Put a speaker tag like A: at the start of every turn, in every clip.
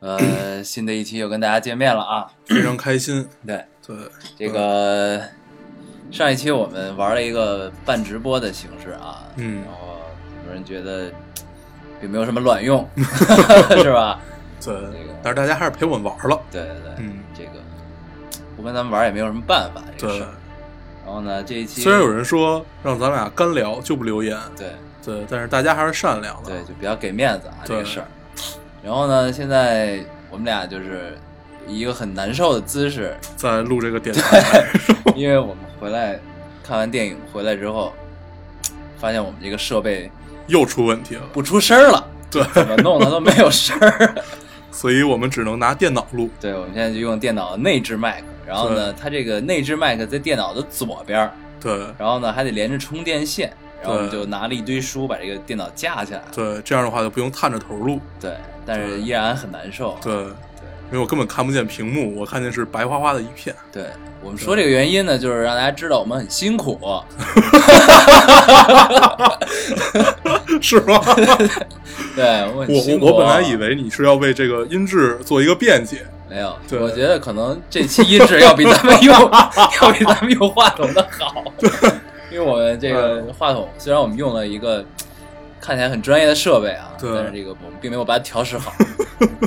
A: 呃，新的一期又跟大家见面了啊。
B: 非常 开心。
A: 对，
B: 对，
A: 这个上一期我们玩了一个半直播的形式啊，
B: 嗯
A: 然后很多人觉得嘖并没有什么卵 用， 是吧？这
B: 对
A: 个，
B: 但是大家还是陪我们玩了。
A: 对对对，
B: 嗯
A: 这个嘖不跟咱们玩也没有什么办法，这个
B: 对
A: 事儿。，然后呢，这一期
B: 虽然有人说让咱俩干聊就不留言，
A: 对
B: 对，但是大家还是善良的。
A: 对，就比较给面子啊，这
B: 对
A: 个事儿。然后呢，现在我们俩就是以一个很难受的姿势，
B: 在录这个电台，
A: 因为我们回来看完电影回来之后，发现我们这个设备
B: 又出问题了，
A: 不出声儿了，
B: 对，
A: 怎么弄的都没有声儿。
B: 所以我们只能拿电脑录。
A: 对，我们现在就用电脑内置麦克，然后呢，它这个内置麦克在电脑的左边儿，
B: 对，
A: 然后呢还得连着充电线，然后我们
B: 对
A: 就拿了一堆书把这个电脑架起来了。
B: 对，这样的话就不用探着头录。
A: 对，但是
B: 对
A: 依然很难受。
B: 对，因为我根本看不见屏幕，我看见是白花花的一 片。
A: 对，我们说这个原因呢，就是让大家知道我们很辛苦。
B: 是吗？
A: 对，我很辛苦。啊
B: 我我我本来以为你是要为这个音质做一个辩解，
A: 没有，
B: 对
A: 我觉得可能这期音质要比咱们 用要比咱们用话筒的好，因为我们这
B: 嗯
A: 个话筒虽然我们用了一个看起来很专业的设备啊，
B: 对
A: 但是这个我们并没有把它调试 好，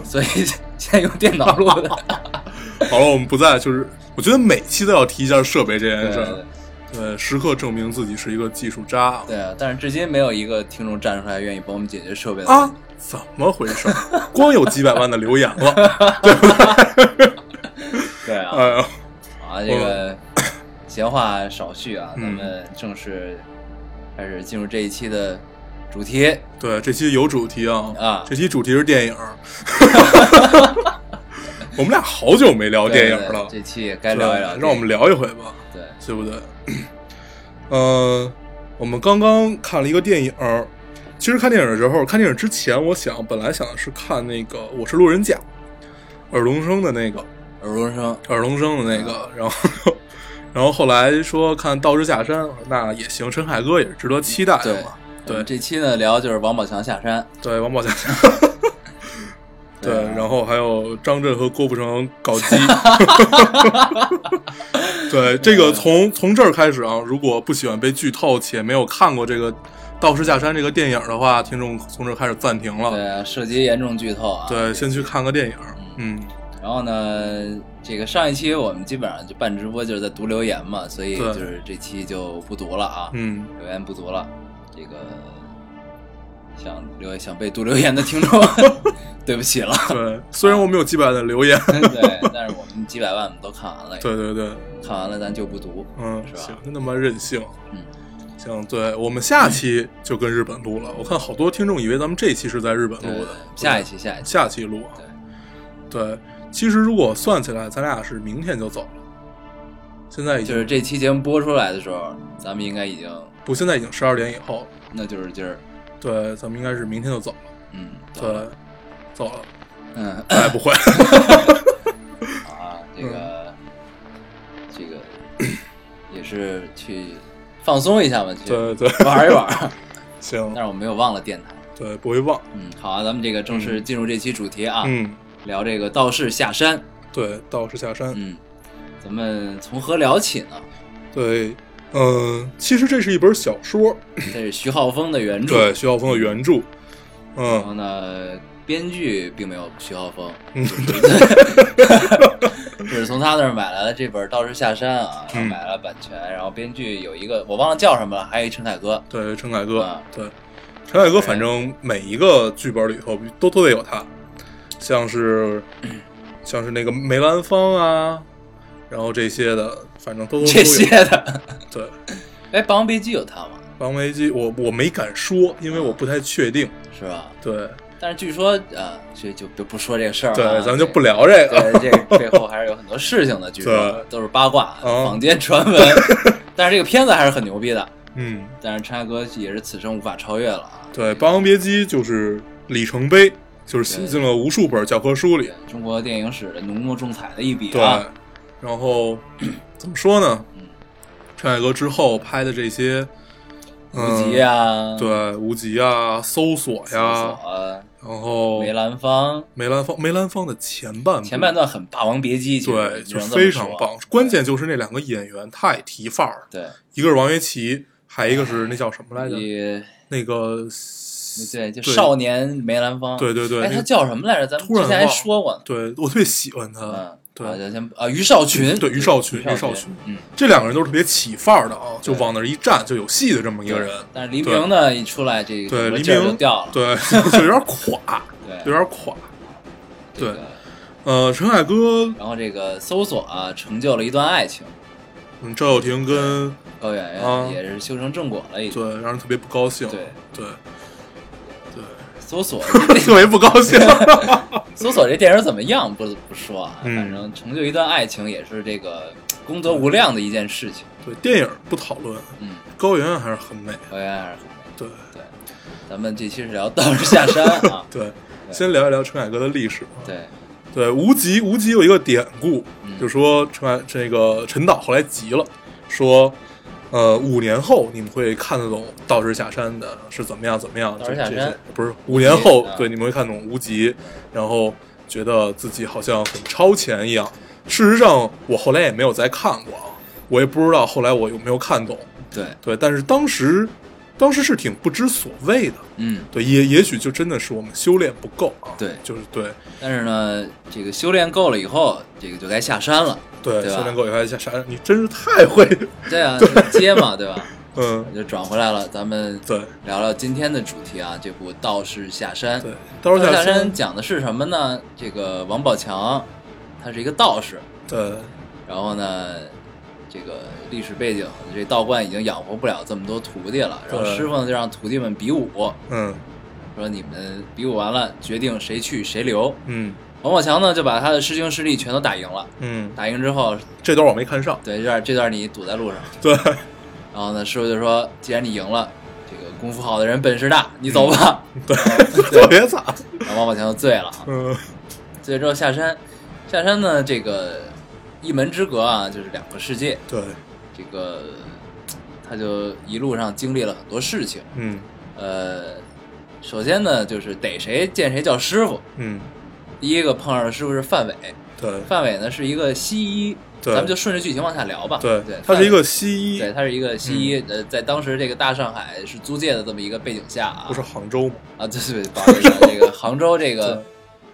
A: 所以现在用电脑录的。
B: 好了，我们不再就是，我觉得每期都要提一下设备这件
A: 对
B: 事
A: 对
B: 儿，对，呃时刻证明自己是一个技术渣啊
A: 对啊，但是至今没有一个听众站出来愿意帮我们解决设备的问
B: 啊
A: 题。！
B: 怎么回 事？光有几百万的留言了，
A: 对啊，
B: 哎呀，
A: 啊这个 闲话少叙啊，
B: 嗯
A: 咱们正式开始进入这一期的主题。
B: 对，这期有主题啊，
A: 啊
B: 这期主题是电 影，我们俩好久没聊电影
A: 对对
B: 了，
A: 这期也该聊一聊，
B: 对让我们聊一回吧，
A: 对。
B: 对不对？ 嗯，我们刚刚看了一个电影。其实看电影的时候，看电影之前，我想本来想的是看那个《我是路人甲》，尔冬升的那个，
A: 耳聋声，
B: 耳聋生的那个，然后然后后来说看《道士下山》，我说那也行，陈凯歌也是值得期待的嘛。
A: 我
B: 对
A: 们这期呢聊就是王宝强下山，
B: 对，王 宝强，对，啊
A: 对
B: 然后还有张震和郭富城搞基。 对，这个从从这儿开始啊，如果不喜欢被剧透且没有看过这个《道士下山》这个电影的话，听众从这儿开始暂停了。
A: 对，啊涉及严重剧透啊。，
B: 哦对，先去看个电影。嗯，
A: 然后呢，这个上一期我们基本上就办直播就是在读留言嘛，所以
B: 对
A: 就是这期就不读了啊，
B: 嗯，
A: 留言不读了。这个想留想被读留言的听众， 对不起了。
B: 嗯对，虽然我们有几百的留言，
A: 对，但是我们几百万我们都看完了，
B: 对对对，
A: 看完了咱就不读。
B: 嗯
A: 是，吧
B: 行，真他妈任性。
A: 嗯，
B: 行，对我们下期就跟日本录了。我看好多听众以为咱们这期是在日本
A: 对，
B: 录
A: 对
B: 的，
A: 下一期，下一期，
B: 下期录啊。对，其实如果算起来，咱俩是明天就走了。现在已
A: 就
B: 经
A: 是这期节目播出来的时候，咱们应该已经，
B: 不，现在已经十二点以后了。
A: 那就是今儿，
B: 对，咱们应该是明天就走了。
A: 嗯，走了
B: 对，走了，
A: 嗯。
B: 哎，不 会，
A: 啊，这个、
B: 嗯
A: 这个 也是去放松一下吧，去
B: 对对，
A: 玩一 玩。
B: 行
A: 但，是我没有忘了电台。
B: 对，不会忘。
A: 嗯，好啊，咱们这个正式进入这期主题啊，
B: 嗯，
A: 聊这个道士下山。
B: 对，道士下山。
A: 嗯，咱们从何聊起呢？
B: 对，嗯，其实这是一本小说，
A: 这是徐浩峰的原著，
B: 对，徐浩峰的原著。
A: 然后
B: 嗯，
A: 呢，编剧并没有徐浩峰，
B: 嗯
A: 就是从他那儿买来了这本《道士下山》啊，然后
B: 嗯
A: 买了版权，然后编剧有一个我忘了叫什么了，还有一陈凯歌，
B: 对，陈凯歌，
A: 啊
B: 对，陈凯歌，反正每一个剧本里头都都得有他，像是像是那个梅兰芳啊，然后这些的，反正都都
A: 这些
B: 都有
A: 的。
B: 对，
A: 哎，《霸王别姬》有他吗？
B: 王维基，我我没敢说，因为我不太确定，
A: 是吧？
B: 对，
A: 但是据说呃，这就就不说这个事儿了
B: 对
A: 啊，，
B: 咱们就
A: 这
B: 不聊这个。
A: 对，这 个背后还是有很多事情的，据说
B: 对
A: 都是八卦、
B: 嗯
A: 坊间传闻。 但是这个片子还是很牛逼的，
B: 嗯，
A: 但是陈凯歌也是此生无法超越了啊！
B: 对，《霸王别姬》就是里程碑，就是写进了无数本教科书里。
A: 中国电影史的浓墨重彩的一笔
B: 对，
A: 啊！
B: 然后 怎么说呢
A: 嗯？
B: 陈凯歌之后拍的这些，
A: 无
B: 嗯，
A: 极啊，
B: 对，无极啊，搜索
A: 搜索
B: 呀，
A: 啊，
B: 然后
A: 梅兰芳，
B: 梅兰芳，梅兰芳的前半部
A: 前半段很《霸王别姬》，其实
B: 对，
A: 只
B: 就
A: 能
B: 是
A: 这么
B: 非
A: 说
B: 常棒。关键就是那两个演员太提范儿了，
A: 对，
B: 一个是王学圻，还一个是那叫什么来着？
A: 也
B: 那个
A: 对，就
B: 对
A: 少年梅兰芳，
B: 对对对
A: 哎，
B: 那
A: 他叫什么来着？咱们
B: 突然
A: 之前还
B: 忘了
A: 说过呢，
B: 对我特别喜欢他
A: 嗯，，
B: 对
A: 啊，咱先啊，于少群，
B: 对于少群
A: 于
B: 于少
A: 群
B: 群，
A: 嗯，
B: 这两个人都是特别起范儿的啊，就
A: 对
B: 往那儿一站就有戏的这么一个
A: 对
B: 人。
A: 但是黎明呢，一出来这个
B: 对，
A: 整个
B: 黎
A: 劲儿就
B: 明
A: 掉了，
B: 对， 就有点垮，
A: 对
B: 有点垮。
A: 这个
B: 对呃，陈凯歌、
A: 然后这个搜索啊，成就了一段爱情，
B: 嗯赵又廷跟
A: 高圆
B: 啊
A: 圆也是修成正果了，已经。
B: 对，让人特别不高兴。
A: 对
B: 对对，
A: 搜索
B: 特别不高兴。
A: 搜索这电影怎么样不不说啊，
B: 嗯
A: 反正成就一段爱情也是这个功德无量的一件事情。
B: 对，电影不讨论，
A: 嗯，
B: 高圆圆还是很美。
A: 高圆圆还是很
B: 对，
A: 对。咱们这期是聊道士下山啊
B: 对，先聊一聊陈凯歌的历史。
A: 对，
B: 对，无极无极有一个典故，
A: 嗯
B: 就说陈凯这个陈导后来急了，说，呃，五年后你们会看得懂《道士下山》的是怎么样怎么样。
A: 道士下山
B: 这这些不是五年后，
A: 啊
B: 对，你们会看懂无极，然后觉得自己好像很超前一样。事实上，我后来也没有再看过啊，我也不知道后来我有没有看懂。
A: 对，
B: 对，但是当时，当时是挺不知所谓的。
A: 嗯，
B: 对，也也许就真的是我们修炼不够啊。
A: 对
B: 就是对
A: 但是呢，这个修炼够了以后，这个就该下山了。
B: 对，
A: 对吧
B: 修炼够以后下山，你真是太会，
A: 对 啊，就接嘛，对吧？
B: 嗯，
A: 就转回来了，咱们
B: 对
A: 聊聊今天的主题啊，这部《道士下山》。
B: 对，
A: 道
B: 道士下
A: 山
B: 山，
A: 讲的是什么呢？这个王宝强，他是一个道士，
B: 对
A: 然后呢，这个历史背景，这道观已经养活不了这么多徒弟了，然后
B: 对
A: 师傅呢就让徒弟们比武，
B: 嗯
A: 说你们比武完了，决定谁去谁留。
B: 嗯
A: 王宝强呢就把他的师兄师弟全都打赢了，
B: 嗯，
A: 打赢之后，
B: 这段我没看上，
A: 对这段这段你堵在路上，
B: 对
A: 然后呢，师傅就说，既然你赢了，这个功夫好的人本事大，你走吧。
B: 嗯对，
A: 对
B: 特别惨，
A: 然后王宝强就醉了啊。
B: 嗯
A: 所以之后下山，下山呢，这个一门之隔啊，就是两个世界。
B: 对，
A: 这个嘖他就一路上经历了很多事情。
B: 嗯
A: 呃，首先呢，就是逮谁见谁叫师傅。
B: 嗯
A: 第一个碰上的师傅是范伟，
B: 对
A: 范伟呢是一个西医，
B: 对
A: 咱们就顺着剧情往下聊吧。
B: 对
A: 对，，
B: 他是一
A: 范
B: 个
A: 伟。
B: 西
A: 对，
B: 医，嗯
A: 他是一个西医，呃，在当时这个大上海是租界的这么一个背景下啊，
B: 不是杭州吗？
A: 啊，对对，不好意思啊，这个杭州这个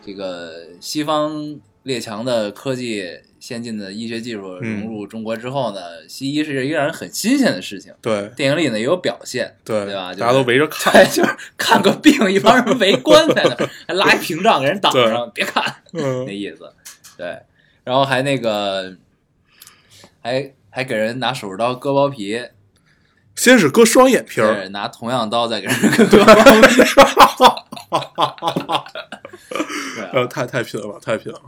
A: 这个西方列强的科技、先进的医学技术
B: 嗯
A: 融入中国之后呢，西医是一个让人很新鲜的事情。
B: 对
A: 电影里呢也有表现，
B: 对
A: 对吧？就是
B: 大家都围着 看，
A: 对，就是看个病，一帮人围观在那儿， 还拉一屏障给人挡
B: 对
A: 上，别看那
B: 嗯
A: 意思。对，然后还那个，还还给人拿手术刀割包皮，
B: 先是割双眼皮
A: 对，
B: 儿，
A: 拿同样刀再给人割包皮。对啊
B: 呃，太太贫了，太贫了，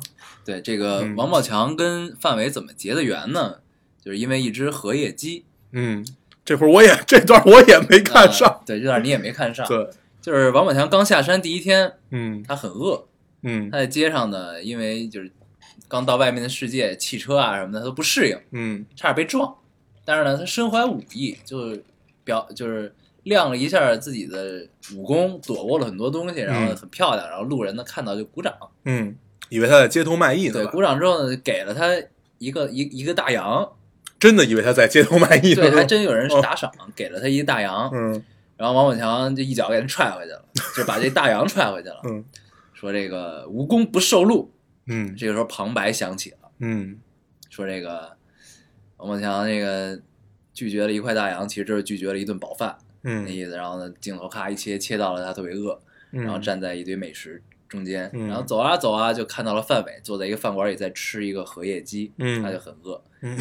A: 对这个
B: 嗯
A: 王宝强跟范伟怎么结的缘呢？就是因为一只荷叶鸡
B: 嗯，这会儿我也这段我也没看
A: 呃
B: 上，
A: 对，这段你也没看上。
B: 对，
A: 就是王宝强刚下山第一天，
B: 嗯
A: 他很饿，
B: 嗯
A: 他在街上呢，因为就是刚到外面的世界，汽车啊什么的他都不适应，
B: 嗯
A: 差点被撞。但是呢，他身怀武艺，就是表就是亮了一下自己的武功，躲过了很多东西，然后
B: 嗯
A: 很漂亮，然后路人呢看到就鼓掌。
B: 嗯，以为他在街头卖艺呢，
A: 对，鼓掌之后呢，给了他一个一一个大洋，
B: 真的以为他在街头卖艺呢，
A: 对，还真有人是打赏，给了他一大洋，
B: 哦嗯
A: 然后王宝强就一脚给他踹回去了，就把这大洋踹回去了，
B: 嗯
A: 说这个无功不受禄。
B: 嗯
A: 这个时候旁白响起了，
B: 嗯，
A: 说这个王宝强这个拒绝了一块大洋，其实就是拒绝了一顿饱饭那
B: 嗯
A: 意思。然后呢，镜头咔一切切到了他特别饿，
B: 嗯，
A: 然后站在一堆美食中间，
B: 嗯
A: 然后走啊走啊，就看到了范伟坐在一个饭馆里在吃一个荷叶鸡，
B: 嗯
A: 他就很饿。
B: 嗯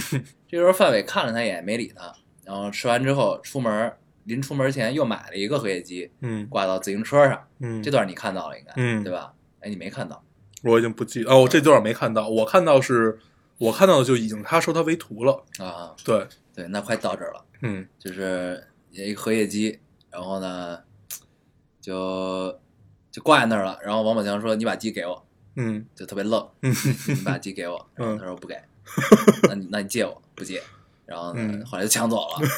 A: 这时候范伟看了他一眼，没理他，然后吃完之后出门，临出门前又买了一个荷叶机，
B: 嗯
A: 挂到自行车上。
B: 嗯，
A: 这段你看到了，应该，
B: 嗯
A: 对吧？哎，你没看到，
B: 我已经不记得哦，我这段没看到，我看到是，我看到的就已经他收他为徒了。
A: 啊，
B: 对，
A: 对，那快到这儿了，
B: 嗯
A: 就是一个荷叶机，然后呢，就就挂在那儿了。然后王宝强说：“你把鸡给我。”
B: 嗯
A: 就特别 愣，
B: 嗯
A: 你把鸡给我，然后他说不 给，那你那你借我不借，然后呢
B: 嗯，
A: 后来就抢走了，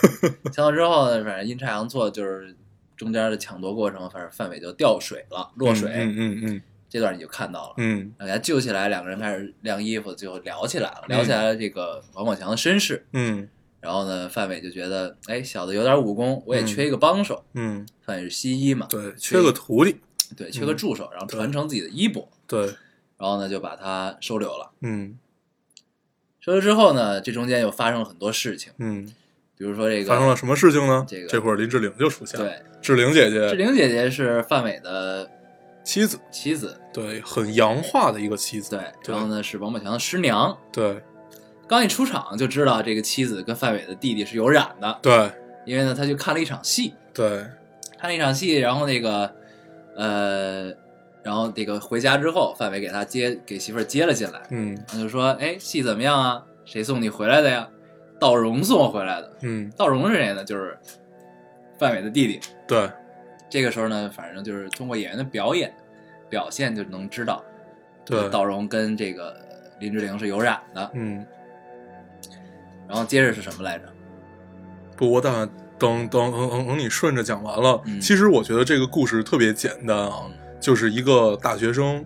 A: 抢 走之后呢，反正阴差阳错就是中间的抢夺过程，反正范伟就掉水了，落水，
B: 嗯嗯嗯
A: 这段你就看到了，
B: 嗯
A: 然后给他救起来，两个人开始晾衣服，就聊起来了，聊起来了这个王宝强的身世，
B: 嗯
A: 然后呢，范伟就觉得，哎，小子有点武功，我也缺一个帮手，
B: 嗯，
A: 范伟是西医嘛，
B: 对，缺个徒弟，
A: 对，
B: 嗯
A: 缺个助手，然后传承自己的衣钵，
B: 对，
A: 然后呢就把他收留了。
B: 嗯
A: 收了之后呢，这中间又发生了很多事情，
B: 嗯，
A: 比如说这个
B: 发生了什么事情呢？
A: 这个
B: 这会儿林志玲就出现了，
A: 对，
B: 志玲姐
A: 志
B: 姐
A: 玲姐姐是范伟的
B: 妻子，
A: 妻子，
B: 对，很洋化的一个妻子，
A: 对，
B: 对
A: 然后呢是王宝强的师娘。
B: 对
A: 刚一出场就知道这个妻子跟范伟的弟弟是有染的，
B: 对
A: 因为呢他去看了一场戏，
B: 对，
A: 看了一场戏，然后那个呃，然后这个回家之后，范伟给他接给媳妇儿接了进来，
B: 嗯
A: 他就说：“哎，戏怎么样啊？谁送你回来的呀？”道荣送我回来的。
B: 嗯
A: 道荣是谁呢？就是范伟的弟弟。
B: 对，
A: 这个时候呢，反正就是通过演员的表演表现就能知道，
B: 对
A: 道荣跟这个呃林志玲是有染的。
B: 嗯，
A: 然后接着是什么来着？
B: 不，我打算等等等等等你顺着讲完了。
A: 嗯
B: 其实我觉得这个故事特别简单啊，就是一个大学生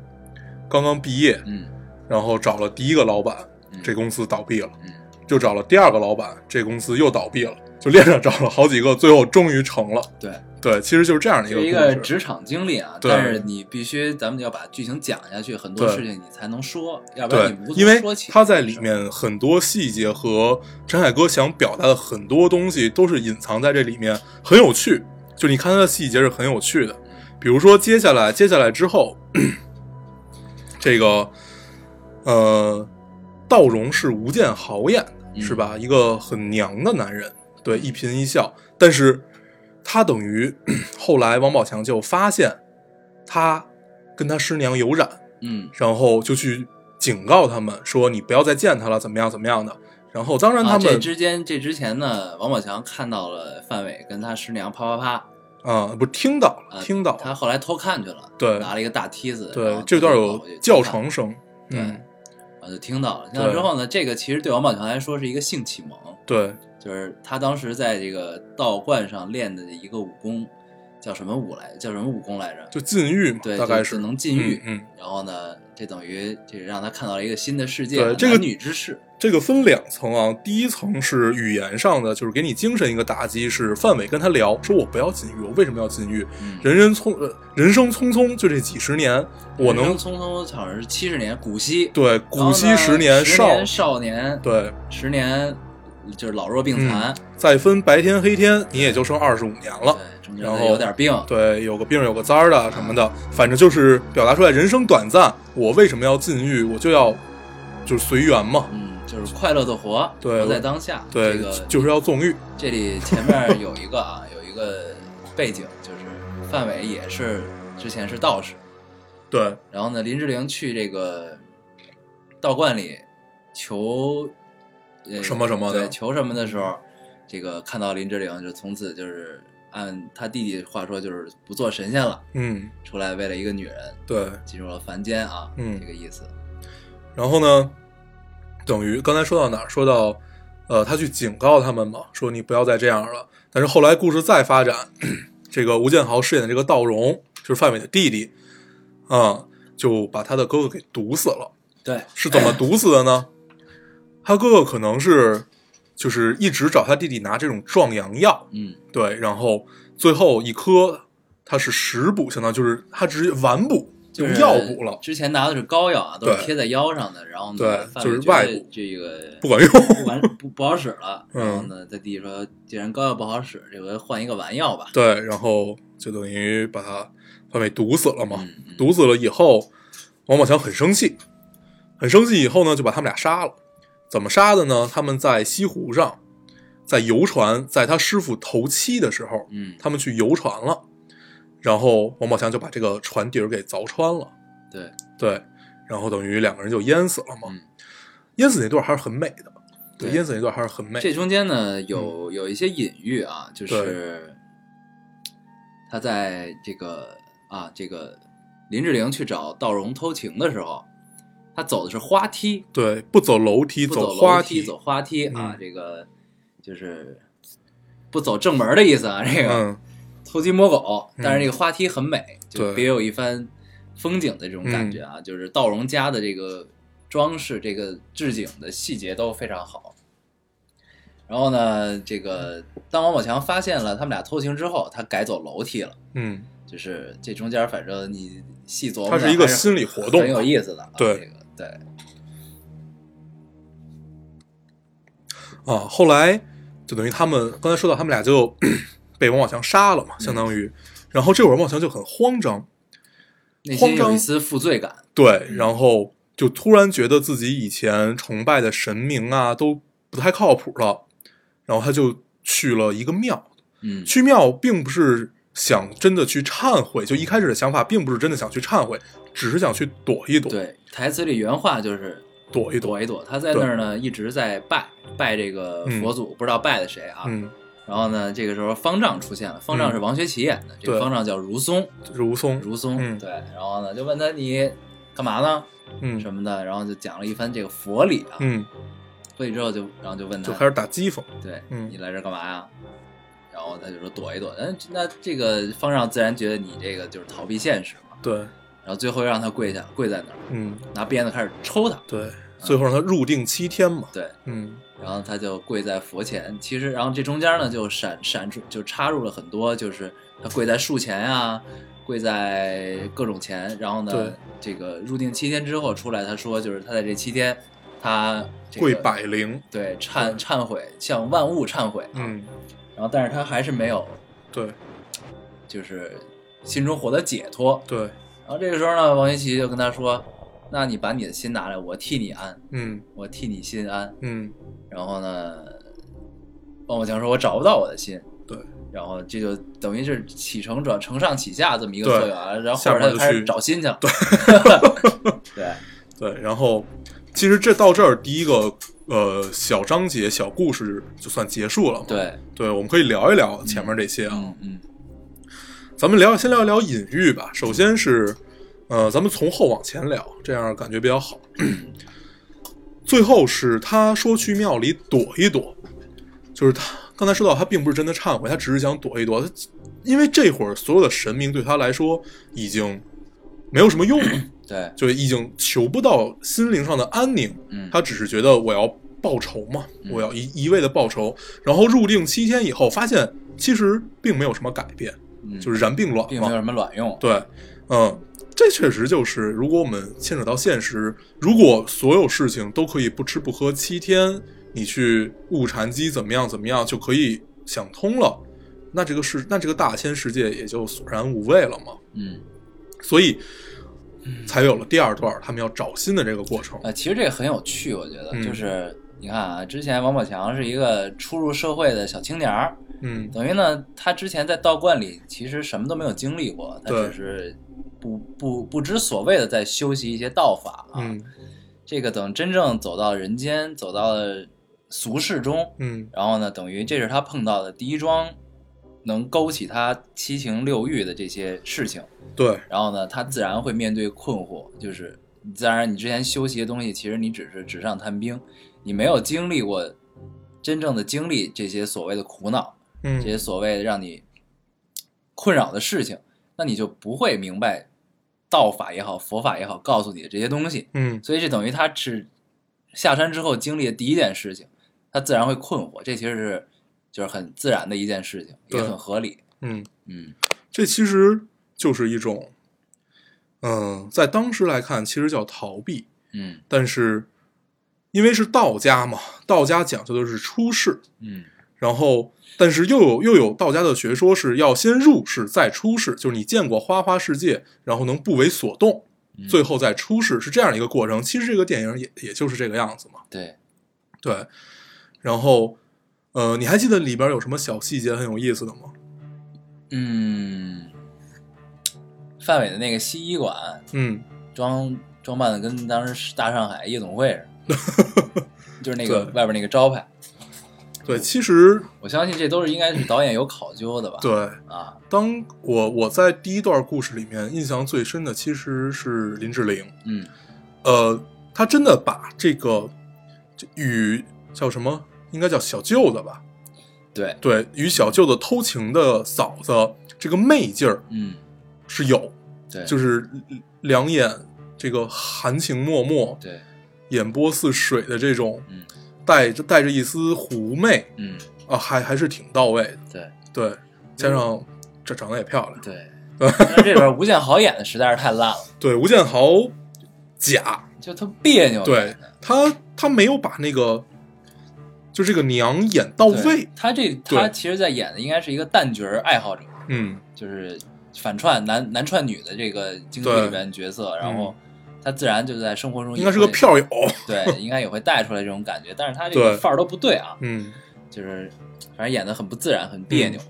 B: 刚刚毕业，
A: 嗯
B: 然后找了第一个老板，
A: 嗯
B: 这公司倒闭了，
A: 嗯
B: 就找了第二个老板，这公司又倒闭了，就 连着找了好几个，最后终于成了。
A: 对，
B: 对，其实就是这样的一
A: 这
B: 个
A: 是一
B: 故
A: 个
B: 事。
A: 职场经历啊，
B: 对
A: 但是你必须咱们要把剧情讲下去，很多
B: 对
A: 事情你才能说，要不然
B: 对
A: 你无，从
B: 因为
A: 说起。
B: 他在里面很多细节和陈凯歌想表达的很多东西都是隐藏在这里面，很有趣。就你看他的细节是很有趣的，比如说接下来，接下来之后，这个呃，道荣是吴建豪演的，
A: 嗯
B: 是吧？一个很娘的男人，对，一颦一笑，但是他等于 后来王宝强就发现他跟他师娘有染，
A: 嗯，
B: 然后就去警告他们说你不要再见他了，怎么样怎么样的。然后当然他
A: 啊，这
B: 们
A: 之间这之前呢，王宝强看到了范伟跟他师娘啪啪啪，
B: 啊、不是听到
A: 啊
B: 了，听到
A: 他
B: 了，
A: 后来偷看去了，
B: 对
A: 拿了一个大梯子，然
B: 对
A: 后，
B: 这段
A: 他就跑
B: 有
A: 过去
B: 叫
A: 偷看
B: 床声，
A: 对
B: 嗯，
A: 然后就听到了。听到之后呢，这个其实对王宝强来说是一个性启蒙，
B: 对，
A: 就是他当时在这个道观上练的一个武功，叫什么武来，叫什么武功来着？
B: 就禁欲嘛，
A: 对，
B: 大概
A: 就是就能禁欲。
B: 嗯嗯
A: 然后呢，这等于这让他看到了一个新的世界，
B: 对这个
A: 男女之事。
B: 这个分两层啊，第一层是语言上的，就是给你精神一个打击，是范伟跟他聊，说我不要禁欲，我为什么要禁欲？
A: 嗯，
B: 人人匆呃人生匆匆，就这几十年，我
A: 人
B: 能
A: 生匆匆好像是七十年，古稀。
B: 对
A: 然后
B: 古
A: 呢
B: 稀十年
A: 十
B: 少，
A: 年少年，
B: 对，嗯
A: 十年就是老弱病残，
B: 再分白天黑天，你也就剩二十五年了。
A: 对，中间
B: 然
A: 得
B: 后
A: 有点病。
B: 对，有个病有个灾儿的什么的，反正就是表达出来人生短暂，我为什么要禁欲？我就要就是随缘嘛，
A: 嗯，就是快乐的活，
B: 对
A: 活在当下。这
B: 对，
A: 个
B: 就是要纵欲，
A: 这里前面有一个啊，有一个背景，就是范伟也是之前是道士，
B: 对，
A: 然后呢，林志玲去这个道观里求呃
B: 什么什么的
A: 对，求什么的时候，这个看到林志玲，就从此就是按他弟弟话说，就是不做神仙了，
B: 嗯，
A: 出来为了一个女人
B: 对。
A: 进入了凡间啊，
B: 嗯
A: 这个意思。
B: 然后呢，等于刚才说到哪儿？说到呃，他去警告他们嘛，说你不要再这样了。但是后来故事再发展， 这个吴建豪饰演的这个道荣，就是范伟的弟弟，啊、就把他的哥哥给毒死了。
A: 对，
B: 是怎么毒死的呢？他哥哥可能是就是一直找他弟弟拿这种壮阳药，
A: 嗯，
B: 对，然后最后一颗他是食补，相当于就是他直接完补，
A: 就
B: 用
A: 是
B: 药补了，
A: 之前拿的是膏药啊，都是
B: 对
A: 贴在腰上的，然后呢，
B: 对
A: 范
B: 就
A: 伟
B: 是
A: 觉
B: 外
A: 得
B: 部
A: 这个
B: 不管用。
A: 不 管不不好使了，
B: 嗯
A: 然后呢，他弟弟说，既然膏药不好使，这回换一个丸药吧。
B: 对，然后就等于把他范伟毒死了嘛。
A: 嗯嗯
B: 毒死了以后，王宝强很生气，很生气以后呢，就把他们俩杀了。怎么杀的呢？他们在西湖上，在游船，在他师傅头七的时候，
A: 嗯，
B: 他们去游船了，然后王宝强就把这个船底儿给凿穿了，
A: 对，
B: 对，然后等于两个人就淹死了嘛。
A: 嗯
B: 淹死那段还是很美的，对，
A: 对
B: 淹死那段还是很美。
A: 这中间呢
B: 嗯
A: 有有一些隐喻啊，就是他在这个啊这个林志玲去找道荣偷情的时候，他走的是花梯，
B: 对，不走楼梯，
A: 不走
B: 花
A: 楼梯，走花梯啊
B: 嗯，
A: 这个就是不走正门的意思啊，这个
B: 嗯，
A: 偷鸡摸狗，
B: 嗯
A: 但是这个花梯很美，就
B: 对嗯
A: 别有一番风景的这种感觉啊，就是道荣家的这个装饰、这个置景的细节都非常好。然后呢，这个当王宝强发现了他们俩偷情之后，他改走楼梯了。
B: 嗯，
A: 就是这中间，反正你细琢磨，
B: 它是一个心理活动
A: 很有意思的啊。
B: 对
A: 这个对，
B: 啊，后来就等于他们刚才说到，他们俩就 被王宝强杀了嘛，相当
A: 嗯
B: 于。然后这会儿王宝强就很慌张，
A: 内
B: 慌
A: 心
B: 张
A: 有一丝负罪感。
B: 对，然后就突然觉得自己以前崇拜的神明啊都不太靠谱了，然后他就去了一个庙，
A: 嗯，
B: 去庙并不是想真的去忏悔，就一开始的想法并不是真的想去忏悔，只是想去躲一躲，
A: 对，台词里原话就是
B: 躲一躲，
A: 躲一躲。他在那儿呢，一直在拜拜这个佛祖，不知道拜的谁啊。
B: 嗯，
A: 然后呢，这个时候方丈出现了，方丈是王学圻演的，这
B: 对
A: 个方丈叫如松，
B: 就是吴松，
A: 如松、
B: 嗯
A: 对。然后呢，就问他你干嘛呢
B: 嗯
A: 什么的，然后就讲了一番这个佛理啊。
B: 嗯，
A: 所以之后就然后就问他，
B: 就开始打讥讽，
A: 对、
B: 嗯
A: 你来这儿干嘛呀？然后他就说躲一躲，嗯，那这个方丈自然觉得你这个就是逃避现实嘛。
B: 对，
A: 然后最后让他跪下，跪在那儿，
B: 嗯
A: 拿鞭子开始抽他。
B: 对，最后让他入定七天嘛，
A: 嗯对，
B: 嗯
A: 然后他就跪在佛前。其实，然后这中间呢，就闪闪出就插入了很多，就是他跪在树前啊，跪在各种前。然后
B: 对
A: 呢，这个入定七天之后出来，他说就是他在这七天，他、这个、
B: 跪百灵，
A: 对忏忏悔，向万物忏悔。，
B: 嗯，
A: 然后但是他还是没有，
B: 对
A: 就是心中获得解脱。
B: 对，
A: 然后这个时候呢，王学圻就跟他说：“那你把你的心拿来，我替你安，
B: 嗯
A: 我替你心安。”
B: 嗯
A: 然后呢，王宝强说：“我找不到我的心。”
B: 对，
A: 然后这就等于是起承转承上启下这么一个
B: 对
A: 作用啊，然后
B: 下
A: 后
B: 面
A: 边他就开
B: 就
A: 始
B: 去
A: 找心去了。对， 对，
B: 对，然后其实这到这儿第一个呃小章节小故事就算结束了嘛，
A: 对，
B: 对，我们可以聊一聊前面这些啊，
A: 嗯嗯，
B: 咱们聊先聊一聊隐喻吧。首先是，呃，咱们从后往前聊，这样感觉比较好。 最后是他说去庙里躲一躲，就是他刚才说到他并不是真的忏悔，他只是想躲一躲。他因为这会儿所有的神明对他来说已经没有什么用了，
A: 对，
B: 就已经求不到心灵上的安宁。
A: 嗯，
B: 他只是觉得我要报仇嘛，
A: 嗯
B: 我要一一味的报仇。然后入定七天以后，发现其实并没有什么改变。
A: 嗯
B: 就是燃并卵
A: 并没有
B: 嘛。
A: 什么卵用。
B: 对，嗯，这确实就是，如果我们牵扯到现实，如果所有事情都可以不吃不喝七天，你去误禅机怎么样怎么样就可以想通了，那这个世那这个大千世界也就索然无味了嘛。
A: 嗯，
B: 所以才有了第二段他们要找新的这个过程。
A: 呃，其实这个很有趣，我觉得
B: 嗯
A: 就是你看啊，之前王宝强是一个初入社会的小青年儿，
B: 嗯，
A: 等于呢，他之前在道观里其实什么都没有经历过，他
B: 对
A: 只是不不不知所谓的在修习一些道法啊。
B: 嗯
A: 这个等真正走到人间，走到了俗世中，
B: 嗯
A: 然后呢，等于这是他碰到的第一桩能勾起他七情六欲的这些事情。
B: 对，
A: 然后呢，他自然会面对困惑，就是你自然而然你之前修习的东西，其实你只是纸上谈兵，你没有经历过真正的经历这些所谓的苦恼。
B: 嗯
A: 这些所谓让你困扰的事情，那你就不会明白道法也好，佛法也好，告诉你的这些东西。
B: 嗯
A: 所以这等于他是下山之后经历的第一件事情，他自然会困惑，这其实是就是很自然的一件事情，
B: 对
A: 也很合理。
B: 嗯。
A: 嗯，
B: 这其实就是一种，嗯、在当时来看，其实叫逃避。
A: 嗯
B: 但是因为是道家嘛，道家讲究的是出世，
A: 嗯
B: 然后但是又有又有道家的学说是要先入世再出世，就是你见过花花世界，然后能不为所动，
A: 嗯，
B: 最后再出世，是这样一个过程。其实这个电影也也就是这个样子嘛，
A: 对，
B: 对。然后，呃，你还记得里边有什么小细节很有意思的吗？
A: 嗯，范伟的那个西医馆
B: 嗯，
A: 装装扮的跟当时大上海夜总会似的， 就是那个
B: 对
A: 外边那个招牌。
B: 对，其实
A: 我相信这都是应该是导演有考究的吧？
B: 对，
A: 啊，
B: 当我我在第一段故事里面印象最深的其实是林志玲，
A: 嗯
B: 呃，他真的把这个这与叫什么，应该叫小舅子吧？
A: 对，
B: 对，与小舅子偷情的嫂子这个媚劲儿
A: 嗯
B: 是有，
A: 对，
B: 就是是两眼这个含情脉脉，
A: 对，
B: 眼波似水的这种
A: 嗯
B: 带着带着一丝狐媚
A: 嗯
B: 啊，还还是挺到位的。
A: 对嗯
B: 对，加上这长得也漂亮。
A: 对。但是这里边吴建豪演的实在是太烂了，
B: 对，吴建豪假，
A: 就特别扭。
B: 对他他没有把那个就这个娘演到
A: 对
B: 位。
A: 他这他
B: 哦对
A: 其实，在演的应该是一个旦角儿爱好者，
B: 嗯，
A: 就是反串男男串女的这个京剧
B: 对嗯
A: 里边角色，然后他自然就在生活中
B: 应该是
A: 也会，
B: 个票友。
A: 对，应该也会带出来这种感觉，但是他这个
B: 对
A: 范儿都不对啊，
B: 嗯，
A: 就是反正演的很不自然，很别扭。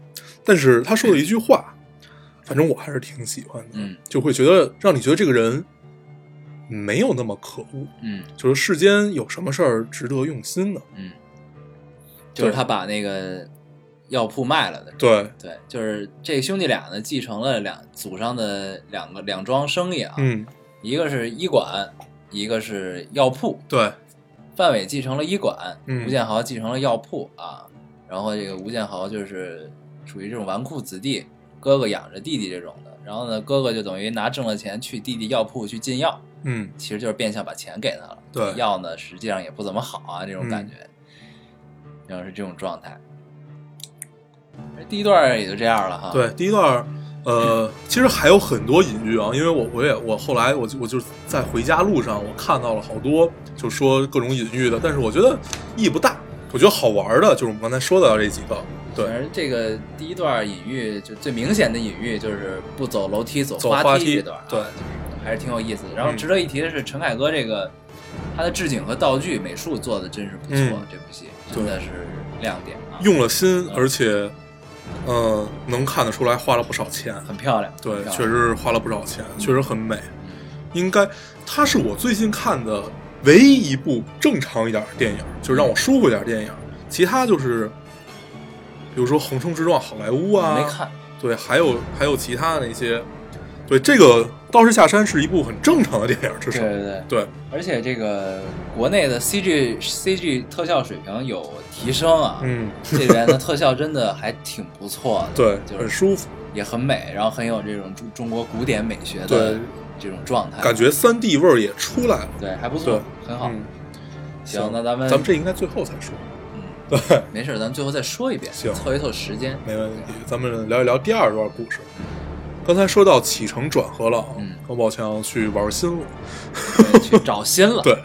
B: 但是他说的一句话，反正我还是挺喜欢的，
A: 嗯
B: 就会觉得让你觉得这个人没有那么可恶。
A: 嗯
B: 就是世间有什么事儿值得用心呢？
A: 嗯，就是
B: 对
A: 他把那个药铺卖了的，
B: 对，
A: 对，就是这兄弟俩呢，继承了两祖上的两个两桩生意啊，
B: 嗯，
A: 一个是医馆，一个是药铺。
B: 对，
A: 范伟继承了医馆，
B: 嗯
A: 吴建豪继承了药铺啊。然后这个吴建豪就是属于这种纨绔子弟，哥哥养着弟弟这种的。然后呢，哥哥就等于拿挣了钱去弟弟药铺去进药，
B: 嗯，
A: 其实就是变相把钱给他了。
B: 对嗯
A: 药呢实际上也不怎么好啊，这种感觉，然后是这种状态。哎第一段也就这样了哈。
B: 对，第一段儿，呃，其实还有很多隐喻啊，因为我我也我后来我就我就在回家路上我看到了好多就说各种隐喻的，但是我觉得意义不大，我觉得好玩儿的就是我们刚才说到的这几个，对，
A: 而这个第一段隐喻，就最明显的隐喻就是不走楼梯走
B: 走
A: 滑
B: 滑
A: 梯
B: 梯
A: 这段、啊，
B: 对
A: 就是还是挺有意思的。然后
B: 嗯
A: 值得一提的是，陈凯歌这个他的置景和道具美术做的真是不错，
B: 嗯
A: 这部戏
B: 对
A: 真的是亮点啊，
B: 用了心，而且，呃，能看得出来花了不少钱，
A: 很漂亮，
B: 对
A: 很，漂亮嗯
B: 确实花了不少钱，确实很美，应该它是我最近看的唯一一部正常一点儿的电影，就是让我舒服一点儿的电影，其他就是。比如说《横冲直撞好莱坞》啊，
A: 我没看，
B: 对，还有还有其他的那些，对，这个《道士下山》是一部很正常的电影，至
A: 对啊
B: 少
A: 对对，
B: 对
A: 而且这个国内的 CG CG 特效水平有提升啊，
B: 嗯，
A: 这边的特效真的还挺不错的，
B: 对，
A: 就
B: 很
A: 是
B: 舒服，
A: 也很美，然后很有这种中中国古典美学的
B: 对
A: 这种状态，
B: 感觉三 D 味儿也出来了，
A: 对，还不错
B: 对，，
A: 很哎好。
B: 嗯
A: 行，那咱们
B: 咱们这应该最后才说，
A: 嗯
B: 对，
A: 没事儿，咱们最后再说一遍，
B: 行
A: 凑一凑时间。
B: 没问题，咱们聊一聊第二段故事。刚才说到起承转合了啊
A: 嗯，
B: 王宝强去玩心了，
A: 对去找心了。
B: 对，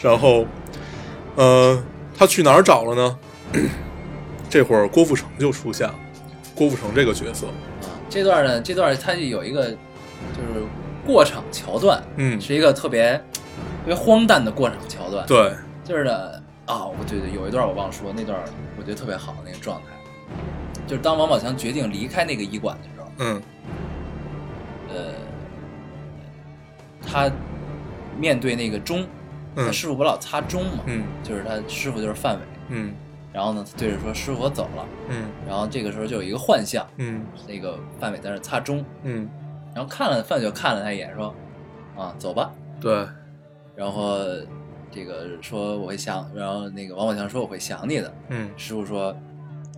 B: 然后，呃，他去哪儿找了呢？ 这会儿郭富城就出现了，郭富城这个角色，
A: 啊这段呢，这段它有一个就是过场桥段，
B: 嗯
A: 是一个特别特别荒诞的过场桥段。，
B: 对，
A: 就是呢，啊，我对对，有一段我忘了说，那段我觉得特别好，那个状态，就是当王宝强决定离开那个医馆的时候，
B: 嗯，
A: 呃，他面对那个钟，他
B: 嗯
A: 师傅不老擦钟嘛，
B: 嗯
A: 就是他师傅就是范伟，
B: 嗯
A: 然后呢，他对着说师傅我走了。
B: 嗯
A: 然后这个时候就有一个幻象，
B: 嗯
A: 那个范伟在那擦钟，
B: 嗯，
A: 然后看了范伟就看了他一眼，说：“啊，走吧。
B: 对，”
A: 然后这个说我会想，然后那个王宝强说我会想你的。
B: 嗯
A: 师傅说：“